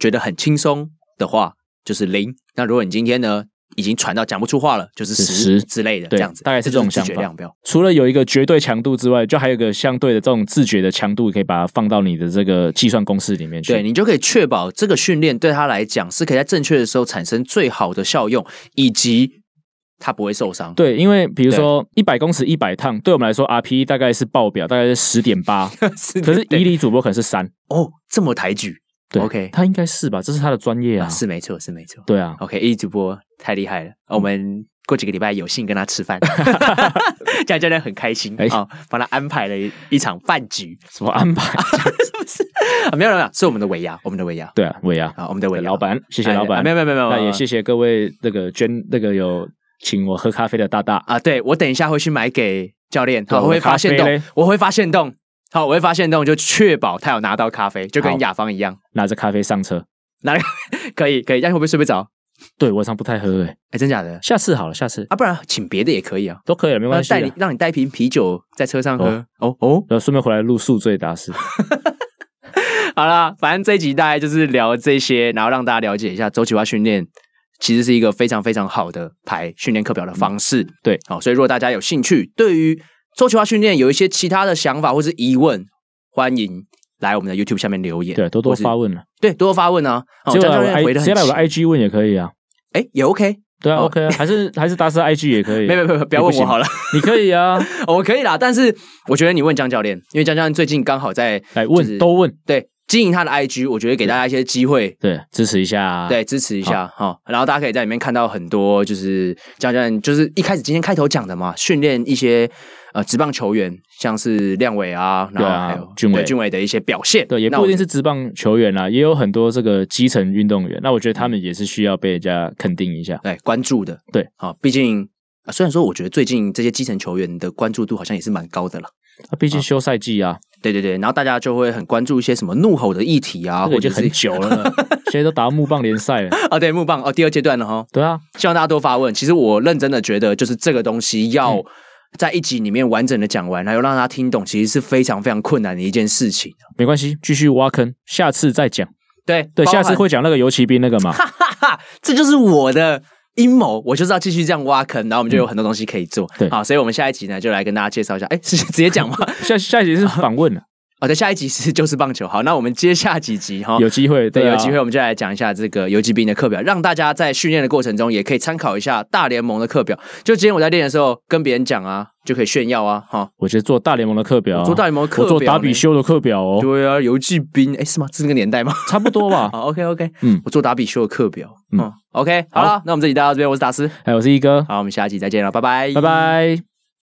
A: 觉得很轻松的话，就是零；那如果你今天呢已经喘到讲不出话了，就是
B: 是
A: 十
B: 10
A: 之类的，这
B: 对
A: 样子，
B: 大概是这种
A: 就是
B: 想
A: 自觉
B: 法
A: 量表。
B: 除了有一个绝对强度之外，就还有一个相对的这种自觉的强度，可以把它放到你的这个计算公式里面去。
A: 对你就可以确保这个训练对他来讲是可以在正确的时候产生最好的效用，以及他不会受伤。
B: 对，因为比如说一百公尺一百趟，对我们来说 RPE 大概是报表大概是十点
A: [laughs]
B: 八，
A: [laughs] 是的，
B: 可是
A: 对
B: 伊犁主播可能是三。
A: 哦，这么抬举
B: 对
A: OK
B: 他应该是吧？这是他的专业啊。
A: 啊，是没错，是没错。
B: 对啊，
A: OK，一主播太厉害了，
B: 嗯
A: 我们过几个礼拜有幸跟他吃
B: [laughs]
A: 饭，这样教练很开心
B: 哎
A: 啊，帮他安排了一一场饭局。
B: 什么安排？
A: 啊，没有没有没有，是我们的尾牙，我们的尾牙
B: [laughs] 对啊，伟啊，
A: 啊，我们的尾
B: 伟
A: 牙
B: 老，板，谢谢
A: 哎
B: 老
A: 啊
B: 板。
A: 没有没有没有没有，
B: 那也
A: 没有
B: 谢谢各位那个捐那个有请我喝咖啡的大大。
A: 啊。对我等一下会去买给教练，
B: 对
A: 好，我
B: 我
A: 会
B: 的咖
A: 发现
B: 啡
A: 动
B: 嘞，
A: 我会发现动，好，我会发现动，就确保他有拿到咖啡，就跟
B: 好
A: 雅芳一样，
B: 拿着咖啡上车。
A: 拿可以可以，但是会不会睡不着？
B: 对，晚上不太喝诶、欸
A: 哎，真假的
B: 下次好了，下次
A: 啊？不然请别的也可以啊，
B: 都可以了，没关系
A: 带你
B: 的。
A: 让你带瓶啤酒在车上喝。哦哦，
B: 呃，顺便回来录宿醉达斯。
A: [laughs] 好啦，反正这一集大概就是聊这些，然后让大家了解一下周期化训练。其实是一个非常非常好的排训练课表的方式，
B: 对，
A: 好、所以如果大家有兴趣，对于周期化训练有一些其他的想法或是疑问，欢迎来我们的 YouTube 下面留言，
B: 对，多多
A: 或是
B: 发，问了。
A: 对，多多发问啊。哦
B: 直接
A: 张
B: 来
A: 教
B: 我的
A: 练
B: I，
A: 回的很
B: 直接来我的
A: 勤
B: IG 问也可以啊。
A: 哎，也 OK，
B: 对啊
A: 哦
B: ，OK 啊，还是还是达斯的 IG 也可以。啊
A: 没有没有没有，不要问我好了， [laughs]
B: 你可以啊，
A: 我可以啦。但是我觉得你问江教练，因为江教练最近刚好在
B: 来
A: 就是
B: 问都问，
A: 对经营他的 IG，我觉得给大家一些机会，
B: 对，支持一下啊。
A: 对，支持一下哈、哦然后大家可以在里面看到很多，就是教练，就是一开始今天开头讲的嘛，训练一些呃职棒球员，像是亮伟啊，然
B: 对
A: 后
B: 啊
A: 还有
B: 俊伟
A: 对俊伟的一些表现。
B: 对，也
A: 那
B: 不
A: 我
B: 一定是职棒球员啊啦，也有很多这个基层运动员。那我觉得他们也是需要被人家肯定一下。
A: 对关注的，
B: 对，
A: 好、毕竟、啊虽然说我觉得最近这些基层球员的关注度好像也是蛮高的了。
B: 那毕竟休赛季啊，
A: 对对对，然后大家就会很关注一些什么怒吼的议题啊，
B: 这
A: 或
B: 个已
A: 者
B: 经
A: 是
B: 很久了 [laughs] 呢，现在都打到木棒联赛
A: [laughs]
B: 了。
A: 啊，对木棒 [laughs] 哦，第二阶段了哈、
B: 对啊，
A: 希望大家多发问。其实我认真的觉得，就是这个东西要
B: 嗯
A: 在一集里面完整的讲完，还有让他听懂，其实是非常非常困难的一件事情。
B: 没关系，继续挖坑，下次再讲。
A: 对
B: 对，
A: 包
B: 下
A: 含
B: 次会讲那个游骑兵那个嘛。
A: 哈哈， [laughs] 这就是我的阴谋，我就是要继续这样挖坑，然后我们就有很多东西可以做。
B: 对
A: 好，所以我们下一集呢，就来跟大家介绍一下。哎，是 [laughs] 直接讲吗？
B: 下下一集
A: [laughs]
B: 是访问了，啊
A: 好的，下一集是就是棒球。好，那我们接下几集哈。
B: 有机会，
A: 哦对，
B: 啊
A: 有机会我们就来讲一下这个游击兵的课表，让大家在训练的过程中也可以参考一下大联盟的课表。就今天我在练的时候跟别人讲啊，就可以炫耀啊，哈，
B: 我觉得做大联盟的课表啊，
A: 我做大联盟的课表
B: 我做达比
A: 呢
B: 修的课表哦，
A: 对啊，游击兵，哎，是吗？是那个年代吗？ [laughs]
B: 差不多吧。
A: 好，OK OK，嗯
B: 嗯，
A: 我做达比修的课表，嗯
B: 嗯
A: ，OK，好了，那我们这集到这边，我是达斯，
B: 哎还有是一哥，
A: 好，我们下期再见了，拜拜，
B: 拜。拜。